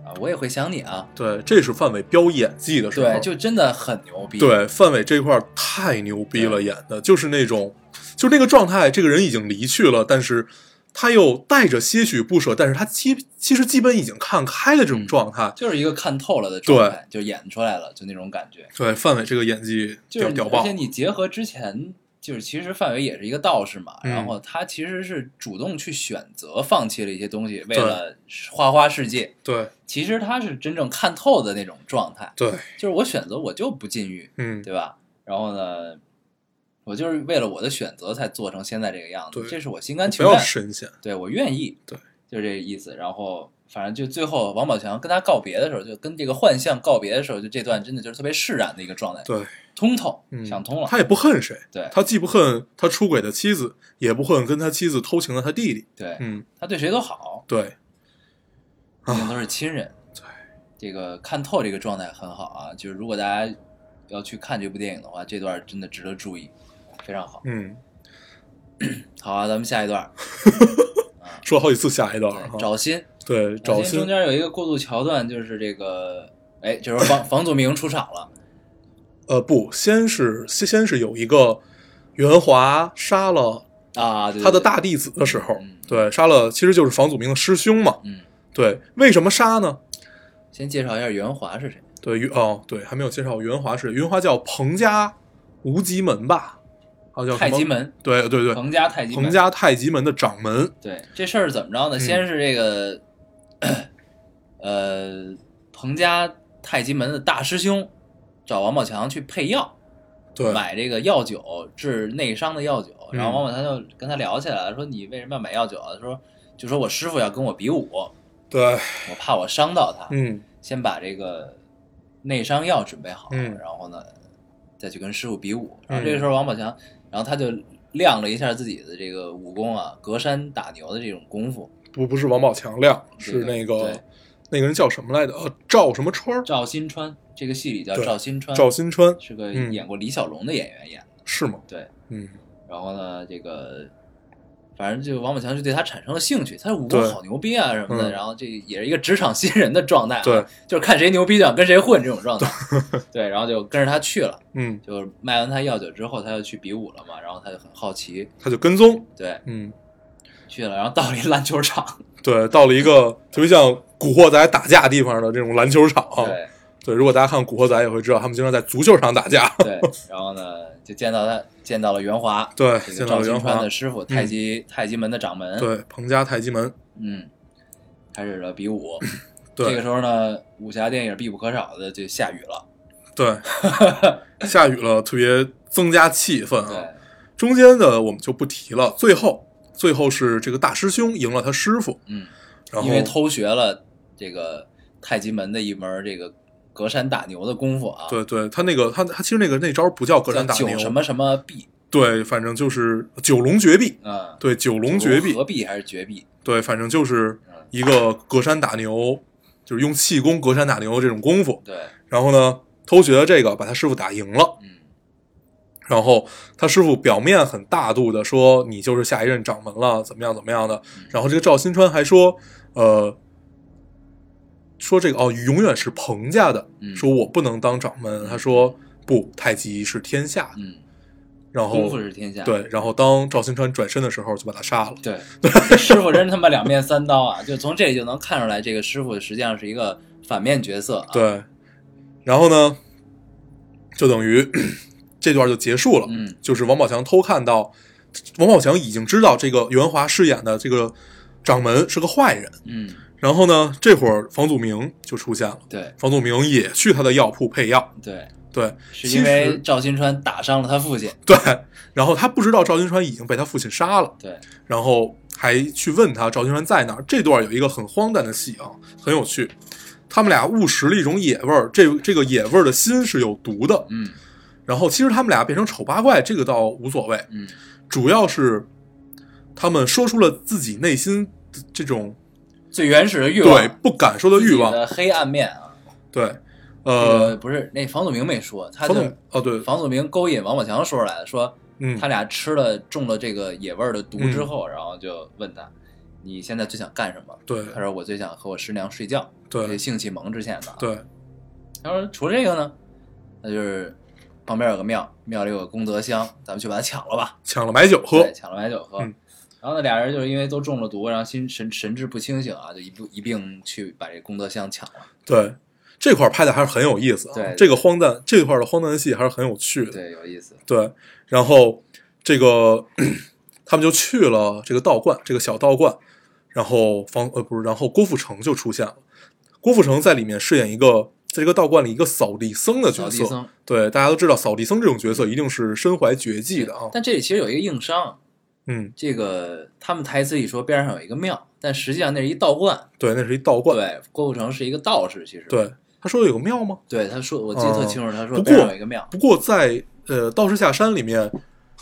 A: 啊，我也会想你啊。
B: 对，这是范伟飙演技的”时候，
A: 对，就真的很牛逼。
B: 对范伟这块儿太牛逼了，
A: 对
B: 演的就是那种，就那个状态，这个人已经离去了，但是他又带着些许不舍，但是他基其实基本已经看开了这
A: 嗯
B: 种状态。
A: 就是一个看透了的状态，就演出来了，就那种感觉。
B: 对范伟这个演技
A: 就
B: 屌
A: 是
B: 屌
A: 而
B: 爆
A: 且，你结合之前，就是其实范伟也是一个道士嘛，
B: 嗯
A: 然后他其实是主动去选择放弃了一些东西，为了花花世界。
B: 对
A: 其实他是真正看透的那种状态，
B: 对，
A: 就是我选择我就不禁欲，
B: 嗯
A: 对吧？然后呢，我就是为了我的选择才做成现在这个样子，
B: 对
A: 这是我心甘
B: 不
A: 情
B: 要
A: 愿，
B: 深陷，
A: 对我愿意，
B: 对，
A: 就这个意思。然后反正就最后王宝强跟他告别的时候，就跟这个幻象告别的时候，就这段真的就是特别释然的一个状态，
B: 对，
A: 通透，
B: 嗯
A: 想通了。
B: 他也不恨谁，
A: 对
B: 他既不恨他出轨的妻子，也不恨跟他妻子偷情的他弟弟。
A: 对，
B: 嗯，
A: 他对谁都好，
B: 对，
A: 毕竟都是亲人。
B: 啊
A: 对，这个看透这个状态很好啊。就是如果大家要去看这部电影的话，这段真的值得注意，非常好。
B: 嗯，
A: 好啊，咱们下一段，
B: 说好几次下一段
A: 对
B: 哈，
A: 找心。
B: 对，找
A: 心中
B: 心，
A: 间有一个过渡桥段，就是这个，哎，就是 房房祖名出场了。
B: 呃，不，先是先先是有一个袁华杀了
A: 啊，对对
B: 他的
A: 对
B: 大弟子的时候
A: 嗯，
B: 对，杀了其实就是房祖名的师兄嘛，
A: 嗯，
B: 对，为什么杀呢？
A: 先介绍一下袁华是谁。
B: 对，于哦，对，还没有介绍袁华是袁华叫彭家无极门吧，还有叫什
A: 太
B: 么
A: 极，门，
B: 对对对，
A: 彭家太极门。
B: 彭家太极门的掌门，
A: 对这事儿是怎么着呢？
B: 嗯
A: 先是这个，呃，彭家太极门的大师兄找王宝强去配药，
B: 对，
A: 买这个药酒治内伤的药酒。
B: 嗯
A: 然后王宝强就跟他聊起来了，说你为什么要买药酒啊？他说就说我师傅要跟我比武，我
B: 对，
A: 怕我伤到他，
B: 嗯，
A: 先把这个内伤药准备好，
B: 嗯
A: 然后呢再去跟师傅比武。然后这个时候王宝强，然后他就亮了一下自己的这个武功啊，隔山打牛的这种功夫。
B: 不不是王宝强亮，是
A: 对对
B: 那个那个人叫什么来着？呃，赵什么川儿，
A: 赵新川，这个戏里叫
B: 对
A: 赵新川，
B: 赵新川
A: 是个
B: 嗯
A: 演过李小龙的演员演的。
B: 是吗？
A: 对，
B: 嗯，
A: 然后呢，这个反正就王宝强就对他产生了兴趣，他的武功
B: 对
A: 好牛逼啊什么的。
B: 嗯
A: 然后这也是一个职场新人的状态、啊，
B: 对，
A: 就是看谁牛逼就想跟谁混这种状 态。对，然后就跟着他去了，
B: 嗯，
A: 就是卖完他药酒之后，他就去比武了嘛。然后他就很好奇，
B: 他就跟踪，
A: 对，
B: 嗯，
A: 去了，然后到了一篮球场，
B: 对，到了一个特别像《古惑仔》打架地方的这种篮球场，
A: 对
B: 对，如果大家看《古惑仔》也会知道，他们经常在足球场打架，
A: 对，然后呢就见到他，见到了袁华。
B: 对，
A: 这
B: 见
A: 个
B: 到
A: 赵
B: 了
A: 新
B: 袁
A: 川
B: 华嗯
A: 的，师傅，太极、太极门的掌门，
B: 对，彭家太极门，
A: 嗯，开始了比武。
B: 对，
A: 这个时候呢，武侠电影必不可少的就下雨了。
B: 对， 下雨了，特别增加气氛啊。
A: 对，
B: 中间的我们就不提了，最后最后是这个大师兄赢了他师傅，
A: 嗯，
B: 然后
A: 因为偷学了这个太极门的一门这个隔山打牛的功夫啊，
B: 对对，他那个他他其实那个那招不叫隔
A: 叫
B: 山打
A: 九
B: 牛，
A: 什么什么臂，
B: 对，反正就是九龙绝壁，
A: 嗯，
B: 对，九龙绝壁
A: 合，璧还是绝壁？
B: 对，反正就是
A: 嗯
B: 一个隔山打牛，就是用气功隔山打牛这种功夫。
A: 对，
B: 然后呢，偷学了这个，把他师傅打赢了。
A: 嗯，
B: 然后他师傅表面很大度的说：“你就是下一任掌门了，怎么样怎么样的。”然后这个赵新川还说：“呃，说这个哦，永远是彭家的，
A: 嗯
B: 说我不能当掌门。”他说：“不，太极是天下的。
A: 嗯，”
B: 然
A: 功
B: 后
A: 夫是天下。
B: 对，然后当赵新川转身的时候，就把他杀了。
A: 对， 师傅真他妈两面三刀啊！ 就从这里就能看出来，这个师傅实际上是一个反面角色啊。，
B: 对，然后呢，就等于 这段就结束了。
A: 嗯
B: 就是王宝强偷看到，王宝强已经知道这个袁华饰演的这个掌门是个坏人。
A: 嗯，
B: 然后呢，这会儿房祖名就出现了，
A: 对
B: 房祖名也去他的药铺配药。
A: 对，
B: 对，
A: 是
B: 其
A: 因为
B: 实
A: 赵新川打伤了他父亲。
B: 对，然后他不知道赵金川已经被他父亲杀了，
A: 对，
B: 然后还去问他赵金川在哪儿。这段有一个很荒诞的戏啊，很有趣。他们俩误食了一种野味儿，这这个野味儿的心是有毒的。
A: 嗯
B: 然后其实他们俩变成丑八怪，这个倒无所谓，
A: 嗯
B: 主要是他们说出了自己内心这种
A: 最原始的欲望，
B: 对不敢说的欲
A: 自己
B: 望。
A: 的黑暗面啊。
B: 对，
A: 那
B: 呃
A: 个，不是那房祖名没说，他
B: 房
A: 就
B: 总哦对，
A: 房祖名勾引王宝强说出来的，说
B: 嗯
A: 他，俩吃了中了这个野味儿的毒之后，然后就问他，你现在最想干什么？
B: 对
A: 他说我最想和我师娘睡觉，这
B: 对
A: 性启蒙之前的啊。
B: 对
A: 他说除了这个呢，那就是旁边有个庙，庙里有个功德箱，咱们去把它抢了吧，
B: 抢了买酒喝
A: 对，，抢了买酒喝。
B: 嗯
A: 然后那俩人就是因为都中了毒，然后心神神志不清醒啊，就一并一并去把这功德箱抢了。
B: 对这块儿拍的还是很有意思啊
A: 对。
B: 这个荒诞这块儿的荒诞戏还是很有趣的。
A: 对，有意思。
B: 对，然后这个 他们就去了这个道观，这个小道观，然后方呃不是，然后郭富城就出现了。郭富城在里面饰演一个在这个道观里一个扫地僧的角
A: 小地
B: 色。
A: 僧，
B: 对，大家都知道扫地僧这种角色一定是身怀绝技的啊。
A: 但这里其实有一个硬伤，
B: 嗯，
A: 这个他们台词里说边上有一个庙，但实际上那是一道观。
B: 对，那是一道观。
A: 对，郭富城是一个道士，其实
B: 对，他说的有个庙吗？
A: 对他说，我记得特清楚，他说
B: 不
A: 边上
B: 过
A: 有一个庙，
B: 不过在呃《道士下山》里面，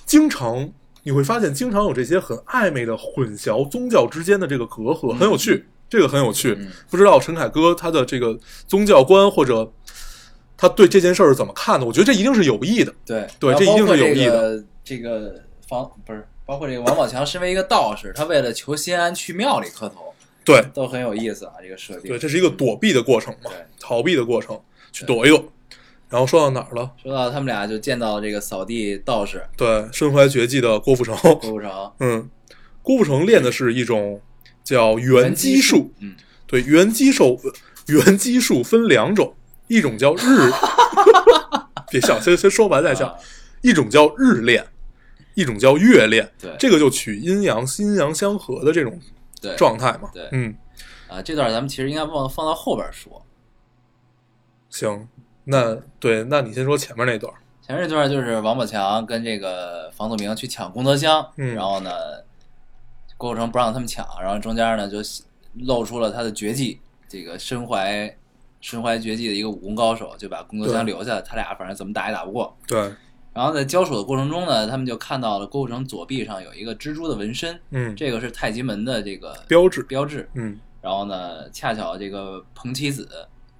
B: 经常你会发现，经常有这些很暧昧的混淆宗教之间的这个隔阂，很有趣，这个很有趣。
A: 嗯
B: 不知道陈凯歌他的这个宗教观或者他对这件事儿是怎么看的？我觉得这一定是有意的。
A: 对
B: 对
A: 然后
B: 这一定
A: 包括
B: 是有意
A: 这个这个房不是，包括这个王宝强身为一个道士，他为了求心安去庙里磕头，
B: 对
A: 都很有意思啊，这个设定。
B: 对，这是一个躲避的过程嘛
A: 对，
B: 逃避的过程，去
A: 对
B: 躲一躲。然后说到哪儿了？
A: 说到他们俩就见到这个扫地道士
B: 对，身怀绝技的郭富城，
A: 郭富城
B: 嗯，郭富城练的是一种叫
A: 原
B: 圆
A: 基
B: 基术，，
A: 嗯，
B: 对，原基术，原基术分两种，一种叫日， 别笑，先先说完再笑
A: 啊，
B: 一种叫日练，一种叫月练，
A: 对
B: 这个就取阴阳阴阳相合的这种
A: 对
B: 状态嘛，
A: 对
B: 嗯，
A: 啊，这段咱们其实应该放放到后边说。
B: 行，那对，那你先说前面那段，
A: 前面这段就是王宝强跟这个房祖名去抢功德箱，
B: 嗯
A: 然后呢，郭富城不让他们抢，然后中间呢就露出了他的绝技，这个身怀身怀绝技的一个武功高手，就把功德箱
B: 对
A: 留下了。他俩反正怎么打也打不过。
B: 对，
A: 然后在交手的过程中呢，他们就看到了郭富城左臂上有一个蜘蛛的纹身，
B: 嗯，
A: 这个是太极门的这个
B: 标志，
A: 标志。
B: 嗯，
A: 然后呢，恰巧这个彭七子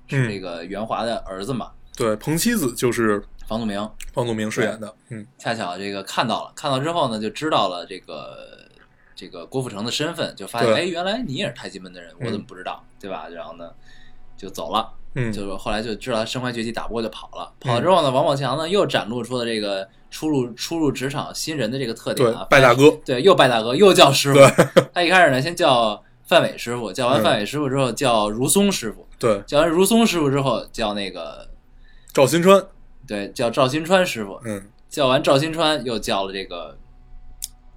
A: 是
B: 嗯
A: 这个袁华的儿子嘛，
B: 对，彭七子就是
A: 房祖名。
B: 方祖名饰演的，嗯，
A: 恰巧这个看到了，看到之后呢，就知道了这个这个郭富城的身份，就发现
B: 对
A: 哎，原来你也是太极门的人，我
B: 嗯
A: 怎么不知道，对吧？然后呢，就走了，
B: 嗯，
A: 就是后来就知道他身怀绝技，打不过就跑了。跑了之后呢，王宝强呢又展露出了这个初入初入职场新人的这个特点
B: 对
A: 啊，，
B: 拜大哥，
A: 对，又拜大哥，又叫师傅。他一开始呢，先叫范伟师傅，叫完
B: 嗯
A: 范伟师傅之后叫如松师傅，
B: 对，
A: 叫完如松师傅之后叫那个
B: 赵新川，
A: 对叫赵新川师傅，
B: 嗯，
A: 叫完赵新川，又叫了这个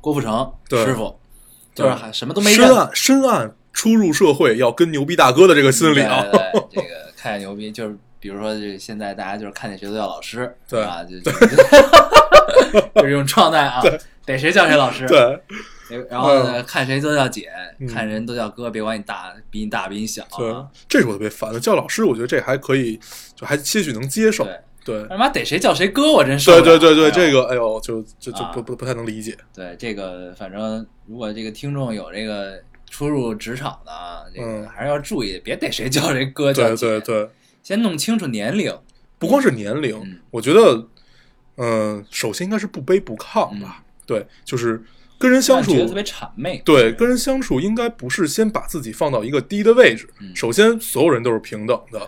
A: 郭富城
B: 对
A: 师傅，就
B: 对
A: 是还什么都没
B: 深
A: 干
B: 谙深谙初入社会要跟牛逼大哥的这个心理啊，
A: 对对对这 个看见牛逼，就是比如说，这现在大家就是看见谁都叫老师，
B: 对
A: 啊， 就就 就是这种状态啊， 逮谁叫谁老师，
B: 对
A: 然后呢，看谁都叫姐，
B: 嗯
A: 看人都叫哥，别管你大比你大比你小
B: 对
A: 啊，，
B: 这是我特别烦的。叫老师，我觉得这还可以，就还些许能接受。
A: 对，
B: 对，
A: 他妈逮谁叫谁哥，我真受
B: 对
A: 不了
B: 对
A: 哎呦
B: 对对，这个哎呦，就就就
A: 啊
B: 不不不太能理解。
A: 对这个，反正如果这个听众有这个初入职场的啊，这个
B: 嗯
A: 还是要注意，别逮谁叫谁哥叫
B: 对
A: 姐，
B: 对对，
A: 先弄清楚年龄。
B: 不光是年龄，
A: 嗯
B: 我觉得，嗯、首先应该是不卑不亢吧。对，就是跟人嗯相处
A: 嗯让你觉得特别谄媚。
B: 对，跟人相处应该不是先把自己放到一个低的位置。
A: 嗯
B: 首先，所有人都是平等的。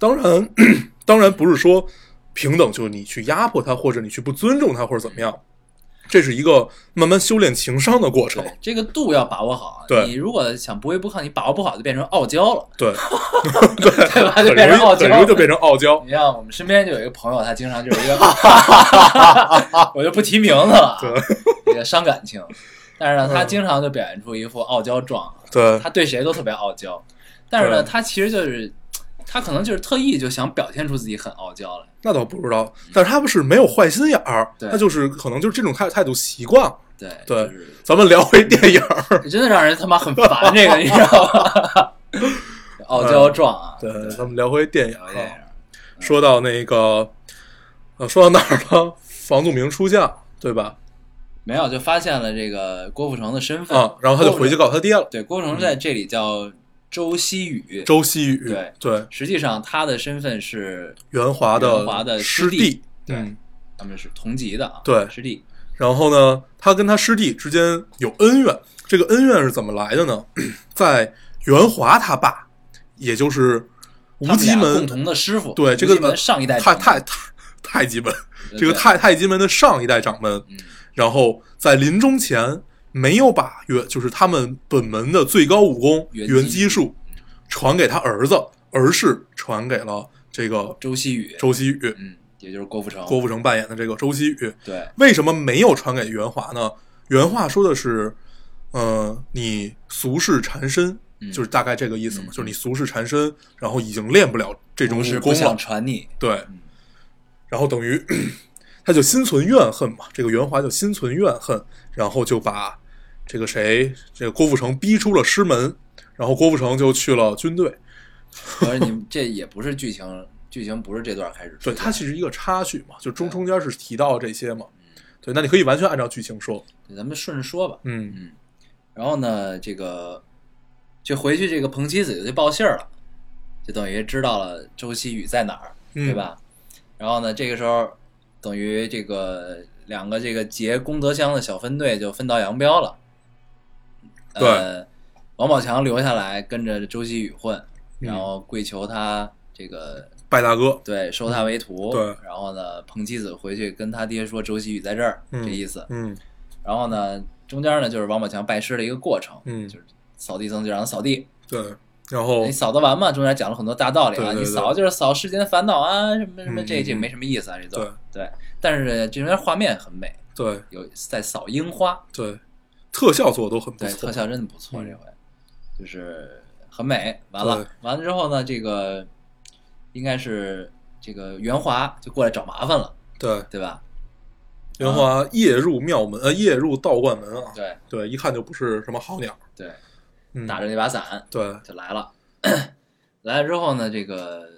B: 当然， 当然不是说平等就是你去压迫他，或者你去不尊重他，或者怎么样。这是一个慢慢修炼情商的过程。
A: 对，这个度要把握好。
B: 对
A: 你如果想不卑不亢，你把握不好就变成傲娇了。
B: 对，
A: 对吧？
B: 很
A: 就
B: 容
A: 变成傲娇
B: 易，很容易就变成傲 娇。
A: 你像我们身边就有一个朋友，他经常就是一 个，我就不提名字了啊，这个伤感情。但是呢，
B: 嗯
A: 他经常就表现出一副傲娇状，
B: 对
A: 他对谁都特别傲娇。但是呢，
B: 对
A: 他其实就是他可能就是特意就想表现出自己很傲娇来。
B: 那倒不知道，但是他们是没有坏心眼儿，
A: 对
B: 他就是可能就是这种态态度习惯了。
A: 对
B: 对
A: 就是
B: 咱们聊回电影儿，
A: 真的让人他妈很烦，这 个你知道吗？ 傲娇状啊，
B: 对，咱们聊回电影
A: 聊
B: 儿
A: 电
B: 啊
A: 影。，
B: 说到那个，呃，说到哪儿了？ 房祖名出现了，对吧？
A: 没有就发现了这个郭富城的身份
B: 啊，然后他就回去
A: 告
B: 告他爹了，
A: 对郭富城在这里叫周希宇，
B: 周希宇，
A: 对
B: 对，
A: 实际上他的身份是
B: 袁华
A: 袁华的
B: 师
A: 师弟对
B: 嗯，
A: 他们是同级的啊，
B: 对
A: 师弟，
B: 然后呢，他跟他师弟之间有恩怨，这个恩怨是怎么来的呢？ 在袁华他爸，也就是
A: 他
B: 吴
A: 们
B: 极
A: 俩
B: 门
A: 共同的师傅，
B: 对
A: 吴
B: 这个
A: 极门上一代
B: 太
A: 传
B: 太太太极门，
A: 对
B: 这个太太极门的上一代掌门，
A: 嗯
B: 然后在临终前没有把原就是他们本门的最高武功
A: 原
B: 原
A: 基
B: 基术传给他儿子，而是传给了这个
A: 周希宇，
B: 周希宇，
A: 嗯，也就是郭富城，
B: 郭富城扮演的这个周希宇。
A: 对
B: 为什么没有传给袁华呢？原话说的是，呃，你俗世缠身，
A: 嗯
B: 就是大概这个意思嘛，
A: 嗯
B: 就是你俗世缠身，然后已经练不了这种
A: 不是
B: 武
A: 不
B: 功
A: 想
B: 了，
A: 传你，
B: 对
A: 嗯，
B: 然后等 于他就心存怨恨嘛，这个袁华就心存怨恨，然后就把这个谁，这个郭富城逼出了师门，然后郭富城就去了军队。
A: 可是你 这也不是剧情，剧情不是这段开始出现
B: 对，
A: 的。
B: 它其实一个插曲嘛，就中中间是提到这些嘛。
A: 嗯
B: 对，那你可以完全按照剧情说。
A: 对咱们顺着说吧。
B: 嗯
A: 然后呢，这个就回去，这个彭妻子就去报信儿了，就等于知道了周希宇在哪儿，
B: 嗯，
A: 对？吧？然后呢，这个时候等于这个两个这个劫功德箱的小分队就分道扬镳了。呃，王宝强留下来跟着周希宇混，
B: 嗯
A: 然后跪求他这个
B: 拜大哥，
A: 对收他为徒。
B: 嗯对，
A: 然后呢，彭妻子回去跟他爹说周希宇在这儿，
B: 嗯
A: 这意思。
B: 嗯
A: 然后呢，中间呢就是王宝强拜师的一个过程，
B: 嗯
A: 就是扫地僧就让他扫地，
B: 对，然后
A: 你扫得完嘛？中间讲了很多大道理啊，
B: 对对对
A: 你扫就是扫世间烦恼啊，什么什么
B: 嗯
A: 这
B: 嗯
A: 这
B: 嗯
A: 没什么意思啊，这
B: 对
A: 都对。但是这中间画面很美，
B: 对
A: 有在扫樱花，
B: 对，特效做的都很不
A: 对，
B: 错
A: 特。效真的不错，
B: 嗯
A: 这回就是很美。完了
B: 对，
A: 完了之后呢，这个应该是这个袁华就过来找麻烦了，
B: 对，
A: 对吧？
B: 袁
A: 啊
B: 华夜入庙门，呃，夜入道观门啊。
A: 对
B: 对，一看就不是什么好鸟。
A: 对，
B: 嗯，
A: 打着那把伞，
B: 对，
A: 就来了。 来了之后呢，这个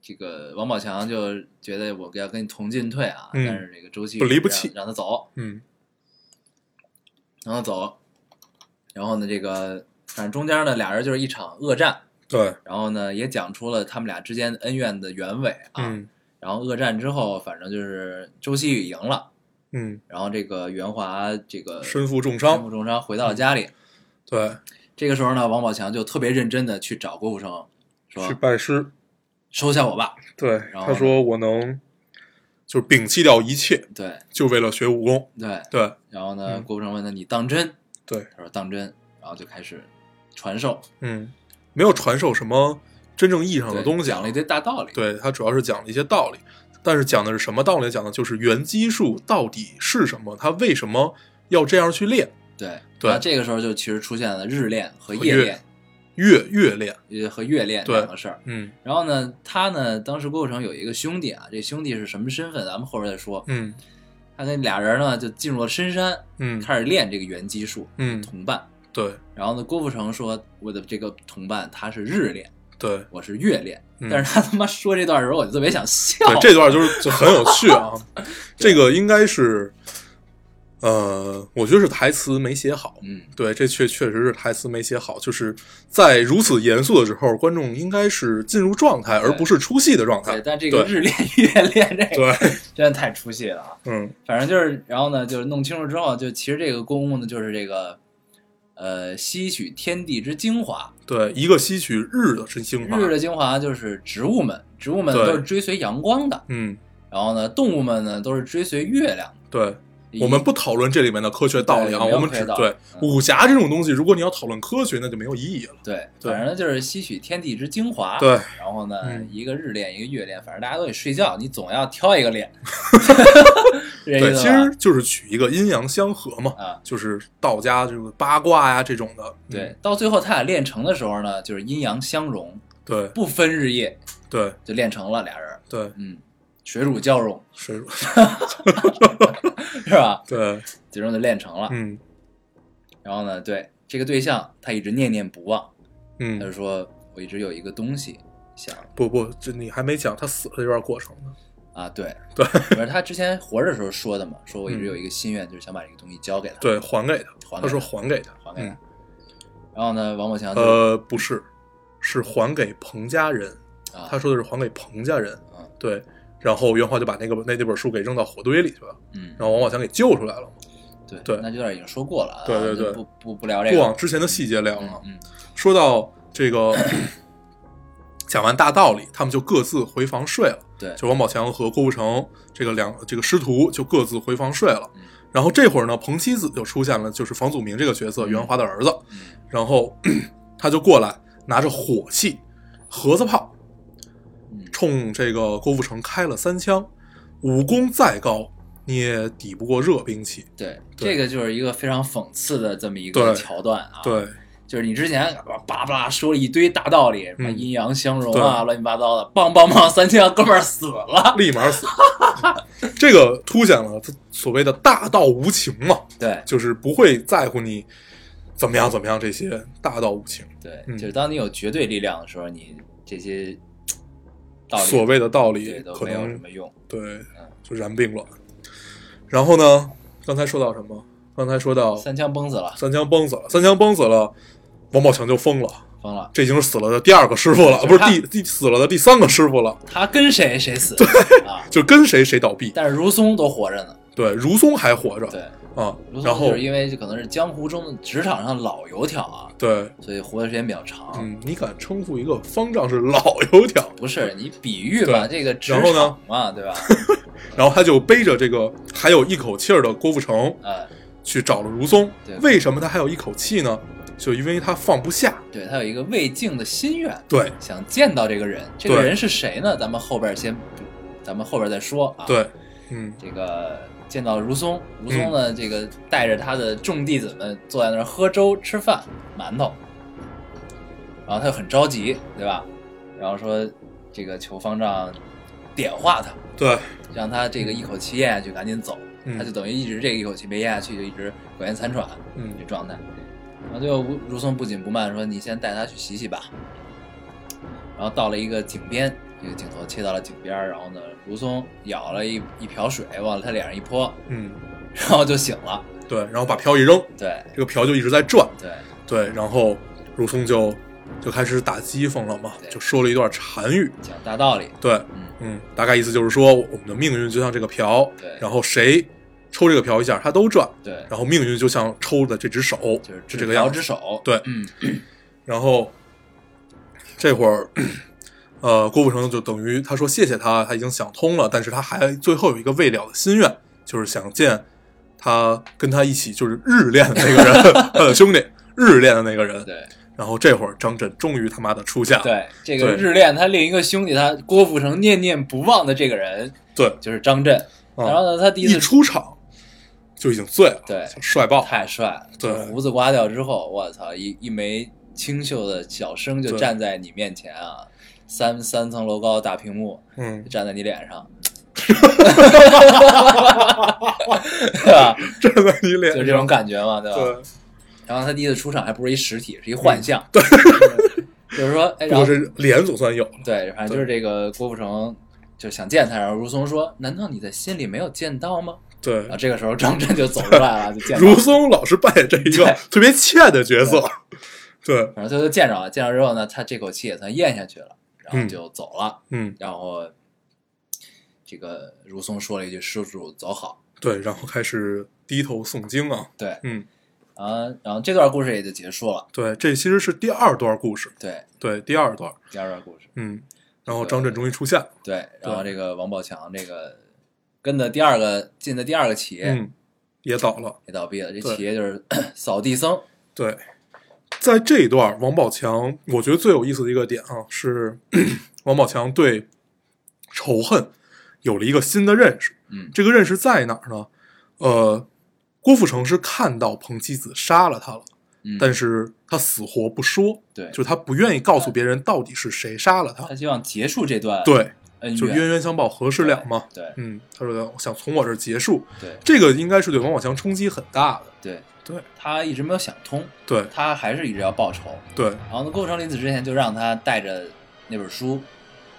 A: 这个王宝强就觉得我要跟你同进退啊，
B: 嗯
A: 但是这个周期
B: 不离不弃
A: 让他走，
B: 嗯
A: 让他走。然后呢，这个反正中间呢，俩人就是一场恶战，
B: 对，
A: 然后呢也讲出了他们俩之间恩怨的原委啊。
B: 嗯
A: 然后恶战之后，反正就是周希宇赢了，
B: 嗯，
A: 然后这个袁华这个
B: 身负重
A: 身负
B: 伤。
A: 重伤回到
B: 嗯
A: 了家里。
B: 对，
A: 这个时候呢，王宝强就特别认真的去找郭富城，
B: 去
A: 说
B: 拜师。
A: 收下我吧。
B: 对，
A: 后
B: 他说我能，就是摒弃掉一切，
A: 对
B: 就为了学武功。
A: 对，
B: 对
A: 然后呢，
B: 嗯
A: 郭富城问他你当真？
B: 对，
A: 他说当真，然后就开始传授
B: 嗯，没有传授什么真正意义上的
A: 对
B: 东西啊，
A: 讲了一堆大道理。
B: 对，它主要是讲了一些道理，但是讲的是什么道理？讲的就是原基数到底是什么，它为什么要这样去练？
A: 对
B: 对
A: 然后这个时候就其实出现了日恋和
B: 和
A: 夜
B: 月
A: 恋，
B: 越越练，
A: 呃，和月恋
B: 对
A: 两个事儿。
B: 嗯
A: 然后呢，他呢，当时郭富城有一个兄弟啊，这兄弟是什么身份，咱们后边再说。
B: 嗯
A: 他跟俩人呢就进入了深山，
B: 嗯
A: 开始练这个原基术，
B: 嗯，
A: 同伴。
B: 对
A: 然后呢，郭富城说我的这个同伴他是日恋，
B: 对
A: 我是月恋。
B: 嗯
A: 但是他他妈说这段的时候，我就特别想笑。
B: 对，这段就是就很有趣啊，这个应该是，呃，我觉得是台词没写好。
A: 嗯，
B: 对，这确确实是台词没写好，就是在如此严肃的时候，观众应该是进入状态，而
A: 对
B: 不是出戏的状态
A: 对，。但这个
B: 啊对
A: 日恋 月恋这个
B: 对，
A: 真的太出戏了啊！
B: 嗯
A: 反正就是，然后呢，就是弄清楚之后，就其实这个公公呢，就是这个，呃，吸取天地之精华，
B: 对，一个吸取日的真精华，
A: 日的精华就是植物们，植物们
B: 对
A: 都是追随阳光的，
B: 嗯，
A: 然后呢，动物们呢都是追随月亮
B: 对，
A: 的。
B: 我们不讨论这里面的科学道理啊，
A: 对没有
B: 我们
A: 科
B: 只
A: 学道理
B: 对
A: 嗯
B: 武侠这种东西，如果你要讨论科学，那就没有意义了。
A: 对，
B: 对
A: 反正就是吸取天地之精华。
B: 对，
A: 然后呢，
B: 嗯
A: 一个日恋，一个月恋，反正大家都得睡觉，你总要挑一个 恋。是这意
B: 对，其
A: 思吧
B: 实就是取一个阴阳相合嘛，
A: 啊，
B: 就是道家这个八卦呀、这种的。嗯
A: 对，到最后他俩练成的时候呢，就是阴阳相融，
B: 对
A: 不分日夜
B: 对
A: 就练成了俩人。
B: 对，
A: 嗯，水乳交融
B: 水乳
A: 是吧？
B: 对，
A: 最终就练成了。
B: 嗯
A: 然后呢，对这个对象，他一直念念不忘。他就
B: 嗯，
A: 说：“我一直有一个东西想
B: 不不，这你还没讲他死了这段过程呢。
A: 啊，对
B: 对，嗯
A: 不是他之前活着的时候说的嘛，说我一直有一个心愿，就是想把这个东西交给他，
B: 对，还给他，
A: 还给他
B: 他说还给他，
A: 还给他
B: 嗯。
A: 然后呢，王宝强就
B: 呃，不是，是还给彭家人。
A: 啊
B: 他，说的是还给彭家人
A: 嗯。
B: 对，然后袁华就把那个那那本书给扔到火堆里去了。
A: 嗯
B: 然，后王宝强给救出来了嘛。
A: 对
B: 对
A: 那这段已经说过了啊，
B: 对对
A: 就
B: 对
A: 不不不聊这
B: 不
A: 个
B: 往
A: 了，
B: 之前的细节聊了。
A: 嗯
B: 说到这个，讲完大道理，他们就各自回房睡了。
A: 对
B: 就王宝强和郭富城这个两这个师徒就各自回房睡了。
A: 嗯
B: 然后这会儿呢，彭妻子就出现了，就是房祖名这个角色，
A: 嗯
B: 袁华的儿子。
A: 嗯
B: 然后 他就过来，拿着火器、盒子炮，
A: 嗯
B: 冲这个郭富城开了三枪。武功再高，你也抵不过热兵器。
A: 对，
B: 对
A: 这个就是一个非常讽刺的这么一
B: 对
A: 个桥段啊，
B: 对，
A: 就是你之前叭叭说了一堆大道理，什么
B: 嗯
A: 阴阳相融
B: 对
A: 啊，乱七八糟的，棒棒棒三枪，哥们儿死了。
B: 立马死。 这个凸显了他所谓的大道无情嘛，
A: 对
B: 就是不会在乎你怎么样怎么样这些大道无情，
A: 对，
B: 嗯
A: 就是当你有绝对力量的时候，你这些道理
B: 所谓的道
A: 对
B: 理
A: 都
B: 可
A: 没有什
B: 能
A: 么用。
B: 对就然并卵。然后呢，刚才说到什么？刚才说到
A: 三枪崩死了，
B: 三枪崩死了，三枪崩死了，王宝强就疯了，
A: 疯了。
B: 这已经是死了的第二个师傅了，
A: 就是
B: 不是
A: 他
B: 第第死了的第三个师傅了，
A: 他跟谁谁死啊？
B: 就跟谁谁倒闭。
A: 但是如松都活着呢。
B: 对，如松还活着，
A: 对，
B: 啊
A: 如，松
B: 然后
A: 就是因为这可能是江湖中的职场上的老油条啊，
B: 对，
A: 所以活的时间比较长。
B: 嗯，你敢称呼一个方丈是老油条，
A: 不是你比喻吧，这个职
B: 然后呢
A: 场嘛，对吧？
B: 然后他就背着这个还有一口气儿的郭富城
A: 啊，
B: 去找了如松
A: 对。
B: 为什么他还有一口气呢？就因为他放不下。
A: 对他有一个未尽的心愿，
B: 对
A: 想见到这个人。这个
B: 对
A: 人是谁呢？咱们后边先不，咱们后边再说啊。，
B: 对，嗯，
A: 这个见到如松，如松呢，这个带着他的众弟子们坐在那儿喝粥、吃饭、馒头，然后他就很着急，对吧？然后说这个求方丈点化他，
B: 对，
A: 让他这个一口气咽下去，赶紧走。
B: 嗯
A: 他就等于一直这个一口气没咽下去，就一直苟延残喘。
B: 嗯
A: 这状态。然后最后吴如松不紧不慢地说：“你先带他去洗洗吧。”然后到了一个井边，这个镜头切到了井边儿，然后呢，如松舀了一一瓢水往他脸上一泼，
B: 嗯，
A: 然后就醒了。
B: 对，然后把瓢一扔，
A: 对
B: 这个瓢就一直在转。
A: 对
B: 对，然后如松就就开始打讥讽了嘛，
A: 对
B: 就说了一段禅语。
A: 讲大道理，
B: 对，
A: 嗯，
B: 嗯，大概意思就是说，我们的命运就像这个瓢
A: 对，
B: 然后谁抽这个瓢一下，它都转。
A: 对，
B: 然后命运就像抽的这只手，
A: 就是
B: 这个
A: 瓢
B: 样
A: 之
B: 子。
A: 手。
B: 对
A: 嗯，
B: 然后这会儿，呃，郭富城就等于他说谢谢他，他已经想通了，但是他还最后有一个未了的心愿，就是想见他跟他一起就是日恋的那个人， 他的兄弟，日恋的那个人。
A: 对
B: 然后这会儿张震终于他妈的出现了，
A: 对，这个
B: 啊对
A: 日恋他另一个兄弟，他郭富城念念不忘的这个人
B: 对，
A: 就是张震。
B: 啊
A: 然后呢，他第
B: 一
A: 次
B: 出场就已经醉了，
A: 对
B: 帅爆，
A: 太帅了！
B: 对
A: 胡子刮掉之后，我操，一一枚清秀的小生就
B: 对
A: 站在你面前啊，三三层楼高的大屏幕
B: 嗯，
A: 站在你脸 上，对吧？
B: 站在你脸
A: 就
B: 上，
A: 这种感觉嘛，对吧？
B: 对，
A: 然后他第一次出场还不是一实体，是一幻象，对， 就是说，哎，然
B: 不过
A: 后
B: 这脸总算有了，
A: 对，反正就是这个郭富城。就想见他，然后如松说：“难道你在心里没有见到吗？”
B: 对
A: 然后，这个时候张震就走出来了，就见到
B: 哎如松老师扮演这一个
A: 对
B: 特别欠的角色，对，
A: 反正他就见着了，见着之后呢，他这口气也算咽下去了，然后就走了。
B: 嗯，
A: 然后这个如松说了一句：“施主走好。
B: 对，然后开始低头诵经啊，”
A: 对，
B: 嗯，
A: 然后啊然后这段故事也就结束了。
B: 对，这其实是第二段故事，
A: 对，
B: 对，第二段，
A: 第二段故事。
B: 嗯，然后张震终于出现了，
A: 对，然后这个王宝强这个跟的第二个进的第二个企业、
B: 嗯，也倒了，
A: 也倒闭了，这
B: 对
A: 企业就是 扫地僧。
B: 对，在这一段，王宝强，我觉得最有意思的一个点啊，是 王宝强对仇恨有了一个新的认识，
A: 嗯
B: 这个认识在哪儿呢？呃，郭富城是看到彭七子杀了他了。
A: 嗯，
B: 但是他死活不说，
A: 对，
B: 就他不愿意告诉别人到底是谁杀了他
A: 他。希望结束这段
B: 对，
A: 恩
B: 就是冤冤相报何时了嘛。
A: 对
B: 嗯，他说我想从我这儿结束，
A: 对
B: 这个应该是对王宝强冲击很大的。
A: 对，
B: 对，
A: 他一直没有想通，
B: 对，
A: 他还是一直要报仇。
B: 对，
A: 然后呢，构成林子之前就让他带着那本书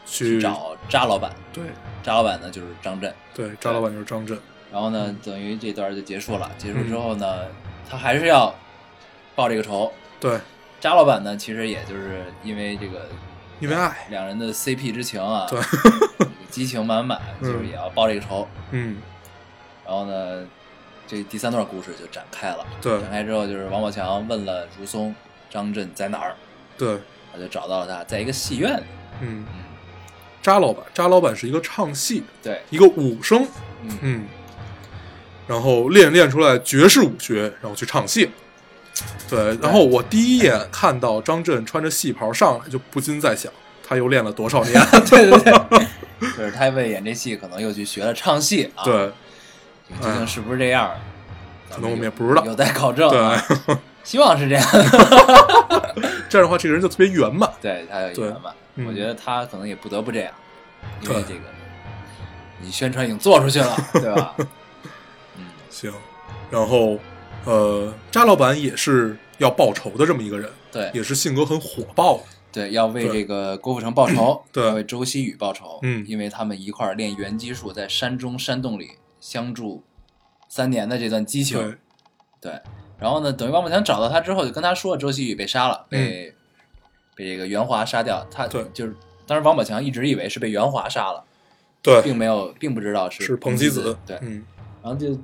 B: 去
A: 找扎老板，
B: 对
A: 扎老板呢就是张震。
B: 对，张老板就是张震。
A: 然后
B: 嗯
A: 呢，等于这段就结束了。结束之后呢，他还是要报这个仇。
B: 对，
A: 扎老板呢，其实也就是因为这个
B: 因为爱，
A: 两人的 CP 之情啊，
B: 对
A: 激情满 满，
B: 嗯
A: 就是也要报这个仇。
B: 嗯，
A: 然后呢，这第三段故事就展开了。
B: 对
A: 展开之后就是王宝强问了如松、张震在哪儿，
B: 对，
A: 他就找到了他，在一个戏院里。
B: 嗯，
A: 嗯，
B: 扎老板，扎老板是一个唱戏，
A: 对，
B: 一个武生，
A: 嗯。
B: 嗯，然后练练出来爵士武学，然后去唱戏。对，然后我第一眼看到张震穿着戏袍上来，就不禁在想，他又练了多少年？
A: 对对对，就是他为演这戏，可能又去学了唱戏啊。，
B: 对哎
A: 究竟是不是这样，
B: 可能我们也不知道
A: 有待考证、啊。对， 希望是这样。
B: 这样的话，这个人就特别圆满。
A: 对他有一
B: 对
A: 圆满，
B: 嗯
A: 我觉得他可能也不得不这样，因为
B: 对
A: 这个你宣传已经做出去了，对 吧？嗯，
B: 行，然后呃，扎老板也是要报仇的这么一个人，
A: 对
B: 也是性格很火爆的。
A: 对，要为
B: 对
A: 这个郭富城报仇，
B: 对
A: 要为周希宇报仇，
B: 嗯
A: 因为他们一块儿练原击术，在山中山洞里相助三年的这段激情，
B: 对，
A: 对，然后呢，等于王宝强找到他之后，就跟他说周希宇被杀了，被、被这个袁华杀掉。他
B: 嗯对
A: 就是当时王宝强一直以为是被袁华杀了，
B: 对，
A: 并没有，并不知道是
B: 是
A: 彭
B: 彭
A: 西
B: 西子。
A: 对，
B: 嗯
A: 然后就